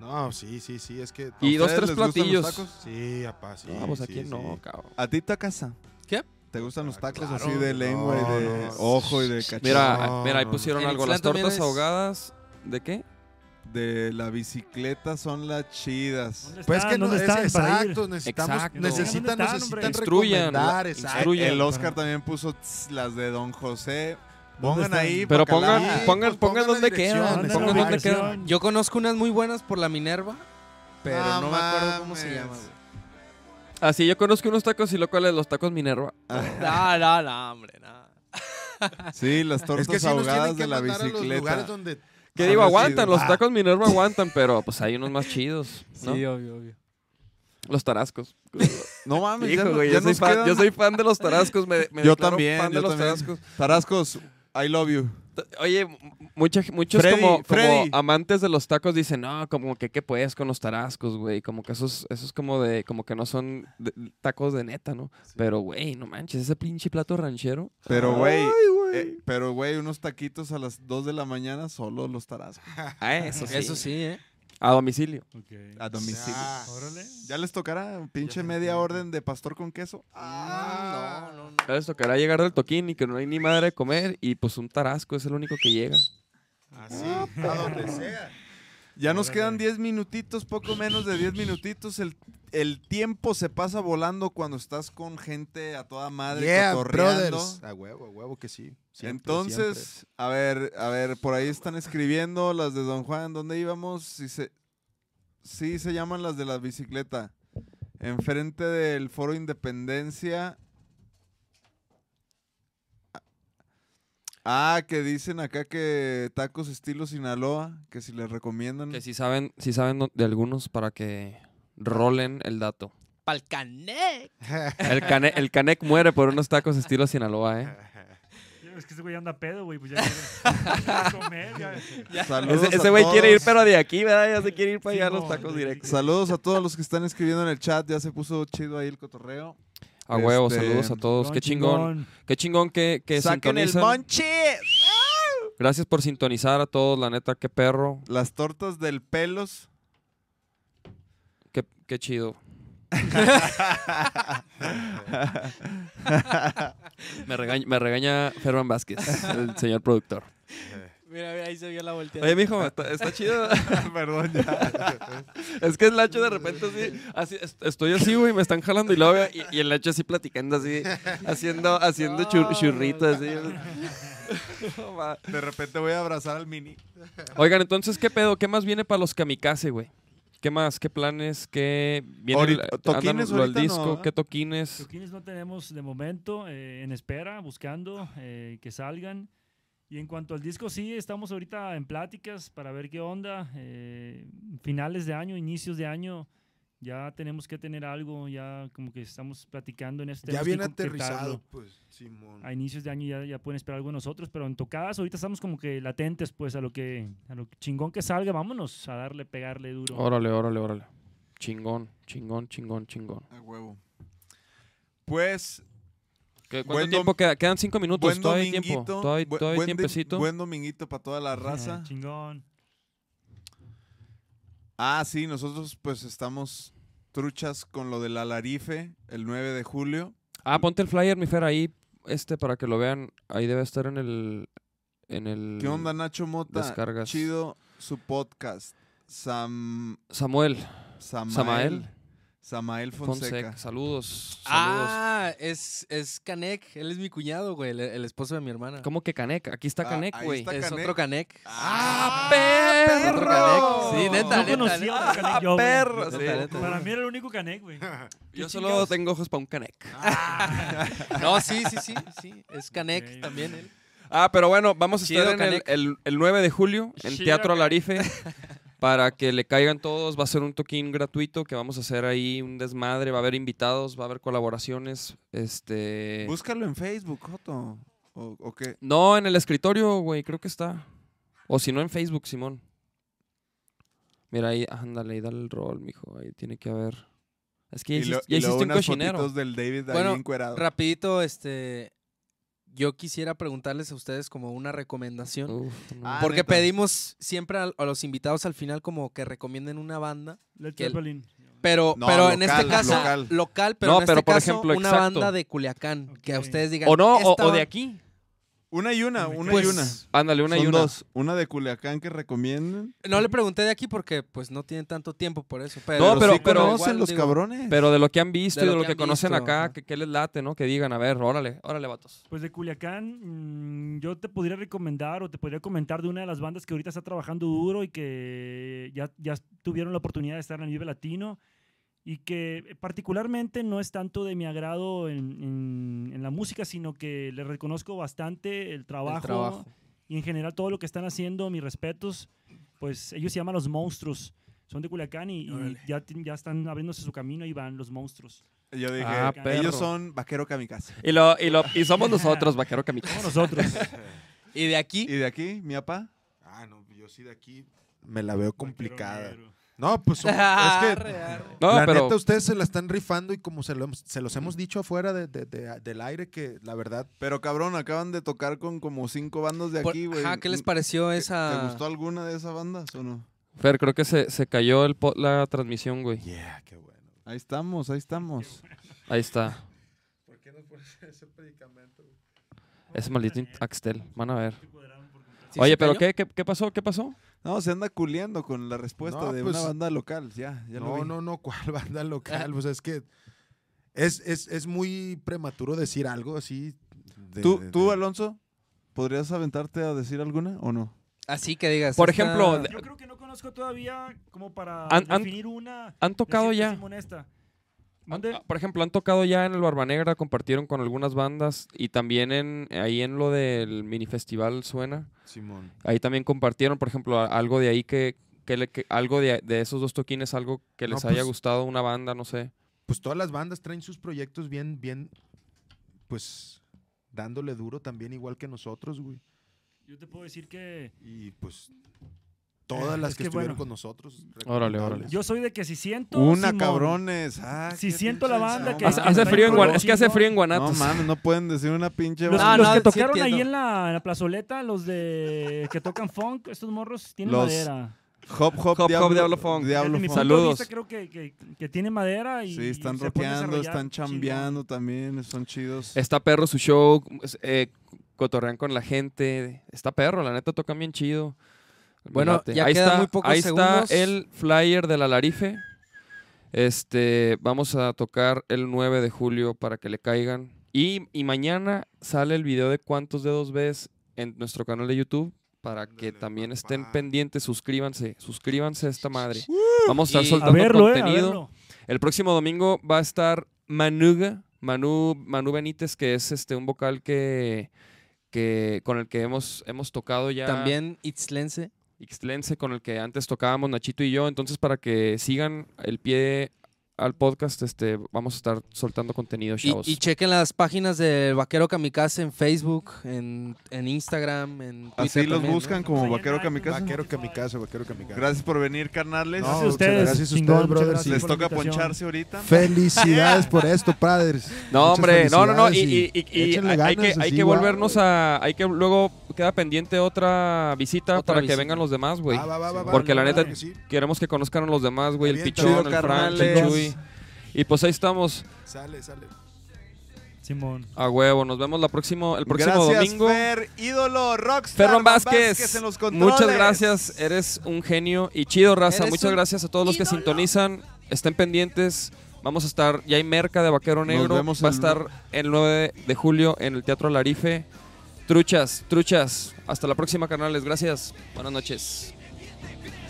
Speaker 4: No, sí, sí, sí, es que...
Speaker 1: Y dos,
Speaker 2: ustedes
Speaker 1: tres
Speaker 2: les gustan los
Speaker 1: platillos.
Speaker 2: tacos?
Speaker 4: Sí, apá, sí.
Speaker 1: No, pues
Speaker 4: sí,
Speaker 1: aquí
Speaker 4: sí.
Speaker 1: no, cabrón.
Speaker 2: ¿A ti te casa?
Speaker 5: ¿Qué?
Speaker 2: ¿Te gustan los tacos
Speaker 4: Ah, claro.
Speaker 2: así de lengua
Speaker 4: No,
Speaker 2: y de
Speaker 4: no.
Speaker 2: ojo y de cachete?
Speaker 1: Mira,
Speaker 4: No,
Speaker 1: ah, mira, ahí
Speaker 4: no, no.
Speaker 1: pusieron
Speaker 5: En
Speaker 1: algo. Las
Speaker 5: Ixtlán también
Speaker 1: tortas
Speaker 5: es-
Speaker 1: ahogadas... ¿De qué?
Speaker 2: De la bicicleta son las chidas.
Speaker 6: ¿Dónde
Speaker 4: Pues es que
Speaker 6: están?
Speaker 4: no,
Speaker 6: Ah, ¿Dónde
Speaker 4: es-
Speaker 6: están para ir?
Speaker 4: exacto, necesitamos,
Speaker 1: Exacto.
Speaker 4: necesitan,
Speaker 6: ¿Dónde están,
Speaker 4: necesitan
Speaker 6: hombre?
Speaker 1: Instruyan,
Speaker 4: recomendar,
Speaker 1: lo-
Speaker 4: exacto.
Speaker 1: instruyan.
Speaker 2: El Oscar también puso tss, las de Don José. Pongan
Speaker 6: están?
Speaker 2: ahí.
Speaker 1: Pero
Speaker 2: bacalao.
Speaker 1: pongan,
Speaker 2: Sí,
Speaker 1: pongan,
Speaker 7: pues
Speaker 1: pongan
Speaker 7: pongan la
Speaker 1: dónde
Speaker 7: dirección,
Speaker 1: quedan.
Speaker 6: Ándale,
Speaker 1: Pongan
Speaker 6: la
Speaker 1: dónde quedan.
Speaker 6: dirección.
Speaker 5: Yo conozco unas muy buenas por la Minerva, pero
Speaker 2: Ah,
Speaker 5: no me acuerdo cómo se
Speaker 2: mames.
Speaker 5: llama, güey.
Speaker 1: Así, yo conozco unos tacos y lo cual es los tacos Minerva.
Speaker 5: No, no, no, hombre, no.
Speaker 2: Sí, las tortas
Speaker 4: Es que sí nos
Speaker 2: ahogadas
Speaker 4: tienen
Speaker 2: de
Speaker 4: que
Speaker 2: la
Speaker 4: mandar a los lugares
Speaker 2: bicicleta.
Speaker 4: donde...
Speaker 1: Que
Speaker 2: Son
Speaker 1: digo,
Speaker 2: los
Speaker 1: aguantan,
Speaker 2: chidos.
Speaker 1: los tacos Minerva aguantan, pero pues hay unos más chidos, ¿no?
Speaker 5: obvio, obvio.
Speaker 1: Los tarascos.
Speaker 2: No mames, ya
Speaker 1: Hijo,
Speaker 2: no-
Speaker 1: güey,
Speaker 2: ya
Speaker 1: yo, soy
Speaker 2: nos
Speaker 1: fan,
Speaker 2: quedan-
Speaker 1: yo soy fan de los tarascos. Me, me
Speaker 2: Yo
Speaker 1: declaro
Speaker 2: también,
Speaker 1: fan de
Speaker 2: yo
Speaker 1: los
Speaker 2: también.
Speaker 1: tarascos.
Speaker 2: Tarascos, I love you.
Speaker 1: T- Oye, m- mucha, muchos
Speaker 2: Freddy,
Speaker 1: como, como
Speaker 2: Freddy.
Speaker 1: amantes de los tacos dicen, no, como que qué puedes con los tarascos, güey. Como que esos, esos como de, como que no son de- tacos de neta, ¿no? Pero, güey, no manches, ese pinche plato ranchero.
Speaker 2: Pero, güey, eh, pero, güey, unos taquitos a las 2 de la mañana, solo los tarascos.
Speaker 1: Ah, eso sí.
Speaker 5: Eso sí, ¿eh?
Speaker 1: A domicilio.
Speaker 6: Ok.
Speaker 2: A domicilio.
Speaker 7: Ah,
Speaker 6: Órale.
Speaker 2: ¿Ya les tocará pinche media orden de pastor con queso?
Speaker 7: ah,
Speaker 5: No, no, no.
Speaker 1: Ya les tocará llegar del toquín y que no hay ni madre de comer. Y pues un tarasco es el único que llega.
Speaker 7: Así,
Speaker 4: Ah,
Speaker 7: a donde sea.
Speaker 2: Ya nos
Speaker 6: Órale.
Speaker 2: quedan 10 minutitos, poco menos de 10 minutitos. El, el tiempo se pasa volando cuando estás con gente a toda madre
Speaker 4: Yeah,
Speaker 2: cotorreando.
Speaker 4: brothers. A huevo, a huevo que sí. Siempre,
Speaker 2: Entonces,
Speaker 4: siempre.
Speaker 2: a ver, a ver, por ahí están escribiendo las de Don Juan. ¿Dónde íbamos? Si se, sí, se llaman las de la bicicleta. Enfrente del Foro Independencia. Ah, que dicen acá que tacos estilo Sinaloa, que si les recomiendan.
Speaker 1: Que si saben, si saben do- de algunos para que rolen el dato.
Speaker 5: Pal Canec.
Speaker 1: El, cane- el Canec muere por unos tacos estilo Sinaloa, ¿eh?
Speaker 6: Es que ese güey anda pedo, güey. Pues ya quiere comer. Ya.
Speaker 2: Saludos
Speaker 1: Ese
Speaker 2: a
Speaker 1: ese güey quiere ir,
Speaker 2: todos.
Speaker 1: pero de aquí, ¿verdad? Ya se quiere ir para
Speaker 6: Sí,
Speaker 1: allá
Speaker 6: no,
Speaker 1: los tacos
Speaker 6: de-
Speaker 1: directos.
Speaker 2: Saludos a todos los que están escribiendo en el chat. Ya se puso chido ahí el cotorreo.
Speaker 1: A huevo,
Speaker 2: Este,
Speaker 1: saludos a
Speaker 4: pues,
Speaker 1: todos. Qué chingón. Qué chingón que, que
Speaker 2: Saquen el
Speaker 1: sintonizan.
Speaker 2: monche.
Speaker 1: Gracias por sintonizar a todos, la neta, qué perro.
Speaker 2: Las tortas del pelos.
Speaker 1: Qué, qué chido. me, regaña, me regaña Ferman Vázquez, el señor productor.
Speaker 5: Mira, mira, ahí se vio la volteada.
Speaker 1: Oye, mijo, está, está chido.
Speaker 2: Perdón, ya.
Speaker 1: es que el Lacho de repente así, así est- estoy así, güey, me están jalando y luego veo- y, y el Lacho así platicando así, haciendo, haciendo chur- churrito así. No, ma.
Speaker 2: De repente voy a abrazar al mini.
Speaker 1: Oigan, entonces, ¿qué pedo? ¿Qué más viene para los kamikaze, güey? ¿Qué más? ¿Qué planes? ¿Qué viene?
Speaker 2: Ahorita-
Speaker 1: el-
Speaker 2: toquines
Speaker 1: andan lo del
Speaker 2: ahorita no,
Speaker 1: disco?
Speaker 2: ¿verdad?
Speaker 1: ¿Qué toquines?
Speaker 6: Toquines no tenemos de momento, eh, en espera, buscando eh, que salgan. Y en cuanto al disco, sí, estamos ahorita en pláticas para ver qué onda. eh, finales de año, inicios de año, ya tenemos que tener algo, ya como que estamos platicando en este
Speaker 4: Ya bien aterrizado, pues,
Speaker 6: A
Speaker 4: Simón.
Speaker 6: inicios de año ya, ya pueden esperar algo de nosotros, pero en tocadas ahorita estamos como que latentes, pues, a lo que a lo chingón que salga, vámonos a darle, pegarle duro.
Speaker 1: Órale, órale, órale. Chingón, chingón, chingón, chingón.
Speaker 2: A huevo. Pues
Speaker 1: ¿Qué- ¿Cuánto
Speaker 2: Buen
Speaker 1: tiempo
Speaker 2: dom-
Speaker 1: queda? Quedan cinco minutos.
Speaker 2: Buen
Speaker 1: todavía hay
Speaker 2: dominguito.
Speaker 1: tiempo. Todavía,
Speaker 2: buen-
Speaker 1: todavía hay
Speaker 2: buen di-
Speaker 1: tiempecito.
Speaker 2: Buen dominguito para toda la raza.
Speaker 6: Chingón.
Speaker 2: Ah, sí, nosotros pues estamos truchas con lo del alarife el 9 de julio.
Speaker 1: Ah, ponte el flyer, mi Fer, ahí, este, para que lo vean. Ahí debe estar en el. En el
Speaker 2: ¿Qué onda, Nacho Mota?
Speaker 1: Descargas.
Speaker 2: Chido su podcast. Sam,
Speaker 1: Samuel
Speaker 2: Samael.
Speaker 1: Samael.
Speaker 2: Samael. Fonseca.
Speaker 1: Fonseca. Saludos. Saludos.
Speaker 5: Ah, es, es Canek. Él es mi cuñado, güey. El, el esposo de mi hermana.
Speaker 1: ¿Cómo que Canek? Aquí está
Speaker 2: Ah,
Speaker 1: Canek,
Speaker 2: ahí
Speaker 1: güey.
Speaker 2: está.
Speaker 5: Es
Speaker 2: Canek?
Speaker 5: otro Canek.
Speaker 1: ¡Ah,
Speaker 5: Otro
Speaker 1: perro!
Speaker 5: Canek. Sí, neta,
Speaker 6: No
Speaker 5: neta,
Speaker 6: conocía
Speaker 5: neta.
Speaker 6: otro Canek yo, güey.
Speaker 1: perro!
Speaker 5: Neta,
Speaker 1: sí.
Speaker 5: neta.
Speaker 6: Para mí era el único Canek, güey.
Speaker 1: Yo
Speaker 6: ¿Qué
Speaker 1: solo
Speaker 6: chingados?
Speaker 1: tengo ojos para un Canek.
Speaker 5: Ah. No, sí, sí, sí, sí. Es Canek
Speaker 6: Ok.
Speaker 5: también él.
Speaker 1: Ah, pero bueno, vamos a
Speaker 5: Chido,
Speaker 1: estar en el,
Speaker 5: Canek.
Speaker 1: el- el 9 de julio en
Speaker 6: Chido,
Speaker 1: Teatro
Speaker 6: Canek.
Speaker 1: Alarife para que le caigan todos. Va a ser un toquín gratuito que vamos a hacer ahí un desmadre. Va a haber invitados, va a haber colaboraciones. Este.
Speaker 2: Búscalo en Facebook, Joto. ¿O, o qué?
Speaker 1: No, en el escritorio, güey, creo que está. O si no, en Facebook, Simón. Mira ahí, ándale, ahí dale el rol, mijo. Ahí tiene que haber. Es que ya,
Speaker 2: Y lo-
Speaker 1: hiciste- ya
Speaker 2: y luego
Speaker 1: hiciste un
Speaker 2: unas
Speaker 1: cochinero.
Speaker 2: fotitos del David ahí
Speaker 5: Bueno,
Speaker 2: encuerado.
Speaker 5: Rapidito, este. Yo quisiera preguntarles a ustedes como una recomendación.
Speaker 1: Uf, no.
Speaker 2: Ah,
Speaker 5: porque
Speaker 2: neta.
Speaker 5: pedimos siempre al- a, los invitados al final como que recomienden una banda.
Speaker 6: Led
Speaker 5: Que el-
Speaker 6: Zeppelin.
Speaker 5: Pero,
Speaker 2: No,
Speaker 5: pero en
Speaker 2: local,
Speaker 5: este caso,
Speaker 2: local.
Speaker 5: local, pero
Speaker 1: No,
Speaker 5: en este
Speaker 1: pero por
Speaker 5: caso,
Speaker 1: ejemplo,
Speaker 5: una
Speaker 1: exacto.
Speaker 5: banda de Culiacán. Que a
Speaker 6: Ok.
Speaker 5: ustedes digan.
Speaker 1: o no, o,
Speaker 5: esta
Speaker 1: o de
Speaker 5: ba-
Speaker 1: aquí.
Speaker 2: Una y una, una
Speaker 5: Pues,
Speaker 2: y una.
Speaker 1: Ándale, una
Speaker 2: Son
Speaker 1: y una.
Speaker 2: dos. Una de Culiacán que recomienden.
Speaker 5: No le pregunté de aquí porque pues no tienen tanto tiempo por eso. Pero,
Speaker 1: No, pero-
Speaker 2: sí
Speaker 1: pero-
Speaker 2: conocen
Speaker 5: igual,
Speaker 2: los
Speaker 5: digo,
Speaker 2: cabrones.
Speaker 1: Pero de lo que han visto
Speaker 5: De
Speaker 1: y
Speaker 5: lo
Speaker 1: de lo
Speaker 5: que
Speaker 1: que,
Speaker 5: han
Speaker 1: conocen
Speaker 5: visto,
Speaker 1: acá,
Speaker 5: ajá.
Speaker 1: que, que les late, ¿no? Que digan, a ver, órale, órale, vatos.
Speaker 6: Pues de Culiacán, mm, yo te podría recomendar o te podría comentar de una de las bandas que ahorita está trabajando duro y que ya, ya tuvieron la oportunidad de estar en el Vive Latino y que eh, particularmente no es tanto de mi agrado en, en- en la música, sino que le reconozco bastante el
Speaker 5: el
Speaker 6: trabajo,
Speaker 5: trabajo.
Speaker 6: y en general todo lo que están haciendo, mis respetos, pues ellos se llaman Los Monstruos. Son de Culiacán y, y
Speaker 5: Órale.
Speaker 6: ya, ti- ya están abriéndose su camino y van Los Monstruos.
Speaker 2: Yo dije,
Speaker 1: Ah, perro.
Speaker 2: ellos son vaquero kamikaze.
Speaker 1: Y, lo, y, lo, y somos nosotros, vaquero Camita.
Speaker 6: Como nosotros.
Speaker 5: Y de aquí.
Speaker 2: ¿Y de aquí, mi papá?
Speaker 7: Ah, no, yo sí de aquí.
Speaker 4: Me la veo complicada. No, pues son- es que
Speaker 5: Arre, arre.
Speaker 1: No,
Speaker 4: la
Speaker 1: pero
Speaker 4: neta, ustedes se la están rifando y como se, lo hemos- se los hemos dicho afuera de- de- de- del aire, que la verdad,
Speaker 2: Pero cabrón, acaban de tocar con como cinco bandas de
Speaker 5: Por-
Speaker 2: aquí, güey. mm,
Speaker 5: ajá, ¿qué les pareció
Speaker 2: ¿Te-
Speaker 5: esa?
Speaker 2: ¿Te gustó alguna de esas bandas o no?
Speaker 1: Fer, creo que se, se cayó el po- la transmisión, güey.
Speaker 4: yeah, qué bueno.
Speaker 2: Ahí estamos, ahí estamos.
Speaker 1: Ahí está.
Speaker 7: ¿Por qué no pones ese predicamento?
Speaker 1: Ese maldito in- Axtel. Van a ver.
Speaker 5: ¿Sí
Speaker 1: Oye,
Speaker 5: se
Speaker 1: pero
Speaker 5: cayó?
Speaker 1: ¿qué, qué, qué pasó? ¿Qué pasó?
Speaker 2: No, se anda culiendo con la respuesta
Speaker 4: No,
Speaker 2: de
Speaker 4: pues-
Speaker 2: una banda local, ya, ya lo
Speaker 4: no,
Speaker 2: vi. Ah.
Speaker 4: no, no, ¿cuál banda local? Pues es que es, es, es muy prematuro decir algo así. de-
Speaker 2: ¿Tú,
Speaker 4: de-
Speaker 2: tú,
Speaker 4: de-
Speaker 2: Alonso, podrías aventarte a decir alguna o no?
Speaker 5: Así que digas.
Speaker 1: Por
Speaker 5: esta-
Speaker 1: ejemplo, de-
Speaker 6: Yo creo que no conozco todavía como para
Speaker 1: Han- han-
Speaker 6: definir una.
Speaker 1: ¿Han tocado
Speaker 6: decir que
Speaker 1: ya?
Speaker 6: Simón esta. ¿Mande?
Speaker 1: Ah, Por ejemplo, han tocado ya en el Barba Negra, compartieron con algunas bandas y también en ahí en lo del mini festival suena.
Speaker 4: Simón.
Speaker 1: Ahí también compartieron, por ejemplo, a- algo de ahí que, que le- que- algo de, de esos dos toquines, algo que
Speaker 4: No,
Speaker 1: les haya
Speaker 4: pues-
Speaker 1: gustado una banda, no sé.
Speaker 4: Pues todas las bandas traen sus proyectos bien, bien, pues dándole duro también igual que nosotros, güey.
Speaker 6: Yo te puedo decir que
Speaker 4: Y pues todas
Speaker 2: Ah,
Speaker 6: Eh,
Speaker 4: las
Speaker 6: es
Speaker 4: que,
Speaker 6: que
Speaker 4: estuvieron
Speaker 6: bueno.
Speaker 4: con nosotros.
Speaker 1: Órale,
Speaker 4: recomendables.
Speaker 6: yo soy de que si siento.
Speaker 2: Una,
Speaker 6: Simón,
Speaker 2: cabrones. Ah,
Speaker 6: Si
Speaker 2: qué
Speaker 6: siento la
Speaker 2: pinche
Speaker 6: banda
Speaker 2: no,
Speaker 6: que.
Speaker 1: Hace,
Speaker 6: que
Speaker 2: mames.
Speaker 1: hace frío en
Speaker 6: traigo,
Speaker 1: Guan- es que hace
Speaker 6: chingón.
Speaker 1: frío en
Speaker 2: No
Speaker 1: Guanatos.
Speaker 2: mames, no pueden decir una pinche
Speaker 6: Los,
Speaker 5: Ah,
Speaker 2: banda.
Speaker 6: los
Speaker 5: no,
Speaker 6: que
Speaker 5: sí
Speaker 6: tocaron ahí
Speaker 5: entiendo.
Speaker 6: en la, en la plazoleta, los de que tocan funk, estos morros tienen
Speaker 2: Los-
Speaker 6: madera.
Speaker 2: Hop, hop,
Speaker 1: Hop, hop,
Speaker 2: diablo,
Speaker 1: Diablo Funk.
Speaker 2: Diablo
Speaker 6: Desde mi
Speaker 2: Funk.
Speaker 6: punto de
Speaker 1: Saludos.
Speaker 6: vista, creo que, que, que tienen madera y.
Speaker 2: Sí, están
Speaker 6: se pueden
Speaker 2: roqueando,
Speaker 6: desarrollar
Speaker 2: están
Speaker 6: chingón.
Speaker 2: chambeando también, son chidos.
Speaker 1: Está perro su show, es- eh, cotorrean con la gente. Está perro, la neta tocan bien chido. Me
Speaker 5: Bueno,
Speaker 1: late.
Speaker 5: ya
Speaker 1: ahí
Speaker 5: quedan
Speaker 1: está,
Speaker 5: muy pocos
Speaker 1: ahí
Speaker 5: segundos.
Speaker 1: está el flyer de la Larife. Este, vamos a tocar el 9 de julio para que le caigan. Y, y mañana sale el video de cuántos dedos ves en nuestro canal de YouTube para que
Speaker 7: Ándale,
Speaker 1: también
Speaker 7: papá.
Speaker 1: estén pendientes. Suscríbanse, suscríbanse a esta madre. Vamos a estar
Speaker 5: Y-
Speaker 6: A
Speaker 1: soltando
Speaker 6: verlo, eh, a
Speaker 1: contenido.
Speaker 6: verlo.
Speaker 1: El próximo domingo va a estar Manuga, Manu, Manu Benítez, que es este un vocal que, que con el que hemos, hemos tocado ya.
Speaker 5: También Itzlense.
Speaker 1: Ixtlense, con el que antes tocábamos Nachito y yo. Entonces, para que sigan el pie ah, al podcast, este, vamos a estar soltando contenido,
Speaker 5: Y,
Speaker 1: chavos.
Speaker 5: y chequen las páginas de Vaquero Kamikaze en Facebook, en, en Instagram, en Twitter.
Speaker 2: Así los
Speaker 5: también, ¿no?
Speaker 2: buscan como
Speaker 6: Vayan
Speaker 2: Vaquero
Speaker 6: a-
Speaker 2: Kamikaze.
Speaker 6: Vaquero
Speaker 3: Vaquero Kamikaze, vaquero Kamikaze.
Speaker 2: Gracias por venir, carnales.
Speaker 3: No,
Speaker 6: Gracias a
Speaker 3: muchas
Speaker 6: ustedes.
Speaker 3: gracias a
Speaker 6: chingón,
Speaker 3: ustedes,
Speaker 6: muchas
Speaker 3: brother.
Speaker 6: gracias
Speaker 2: Les
Speaker 6: por la
Speaker 2: toca
Speaker 6: invitación.
Speaker 2: poncharse ahorita.
Speaker 3: Felicidades por esto, brothers.
Speaker 1: No,
Speaker 3: Muchas
Speaker 1: hombre, no, no, no. Y,
Speaker 3: felicidades
Speaker 1: y- y- y
Speaker 3: échenle
Speaker 1: hay- hay, que,
Speaker 3: ganas,
Speaker 1: hay
Speaker 3: así,
Speaker 1: que
Speaker 3: guau,
Speaker 1: volvernos
Speaker 3: güey.
Speaker 1: a. Hay que luego queda pendiente otra visita
Speaker 5: Otra
Speaker 1: para
Speaker 5: visita.
Speaker 1: que vengan los demás, güey.
Speaker 3: Va, va, va, va, va,
Speaker 1: Porque la
Speaker 3: va,
Speaker 1: neta-
Speaker 3: que sí.
Speaker 1: Queremos que conozcan a los demás, güey. El
Speaker 3: Bien,
Speaker 1: Pichón,
Speaker 3: chido,
Speaker 1: el Frank, el
Speaker 3: carnales.
Speaker 1: Chuy. Y pues ahí estamos,
Speaker 3: Sale, sale.
Speaker 6: Simón.
Speaker 1: a huevo. Nos vemos la próximo, el próximo
Speaker 2: gracias,
Speaker 1: domingo.
Speaker 2: Fer, ídolo, Rockstar.
Speaker 1: Ferron Vázquez,
Speaker 2: en los controles.
Speaker 1: muchas gracias, eres un genio y chido, raza.
Speaker 5: Eres
Speaker 1: Muchas
Speaker 5: un
Speaker 1: gracias a todos los que
Speaker 5: ídolo.
Speaker 1: sintonizan, estén pendientes. Vamos a estar, ya hay merca de Vaquero
Speaker 2: Nos
Speaker 1: Negro,
Speaker 2: vemos
Speaker 1: va a
Speaker 2: el-
Speaker 1: estar el 9 de julio en el Teatro Larife. Truchas, truchas, hasta la próxima, canales, gracias, buenas noches.
Speaker 8: Thank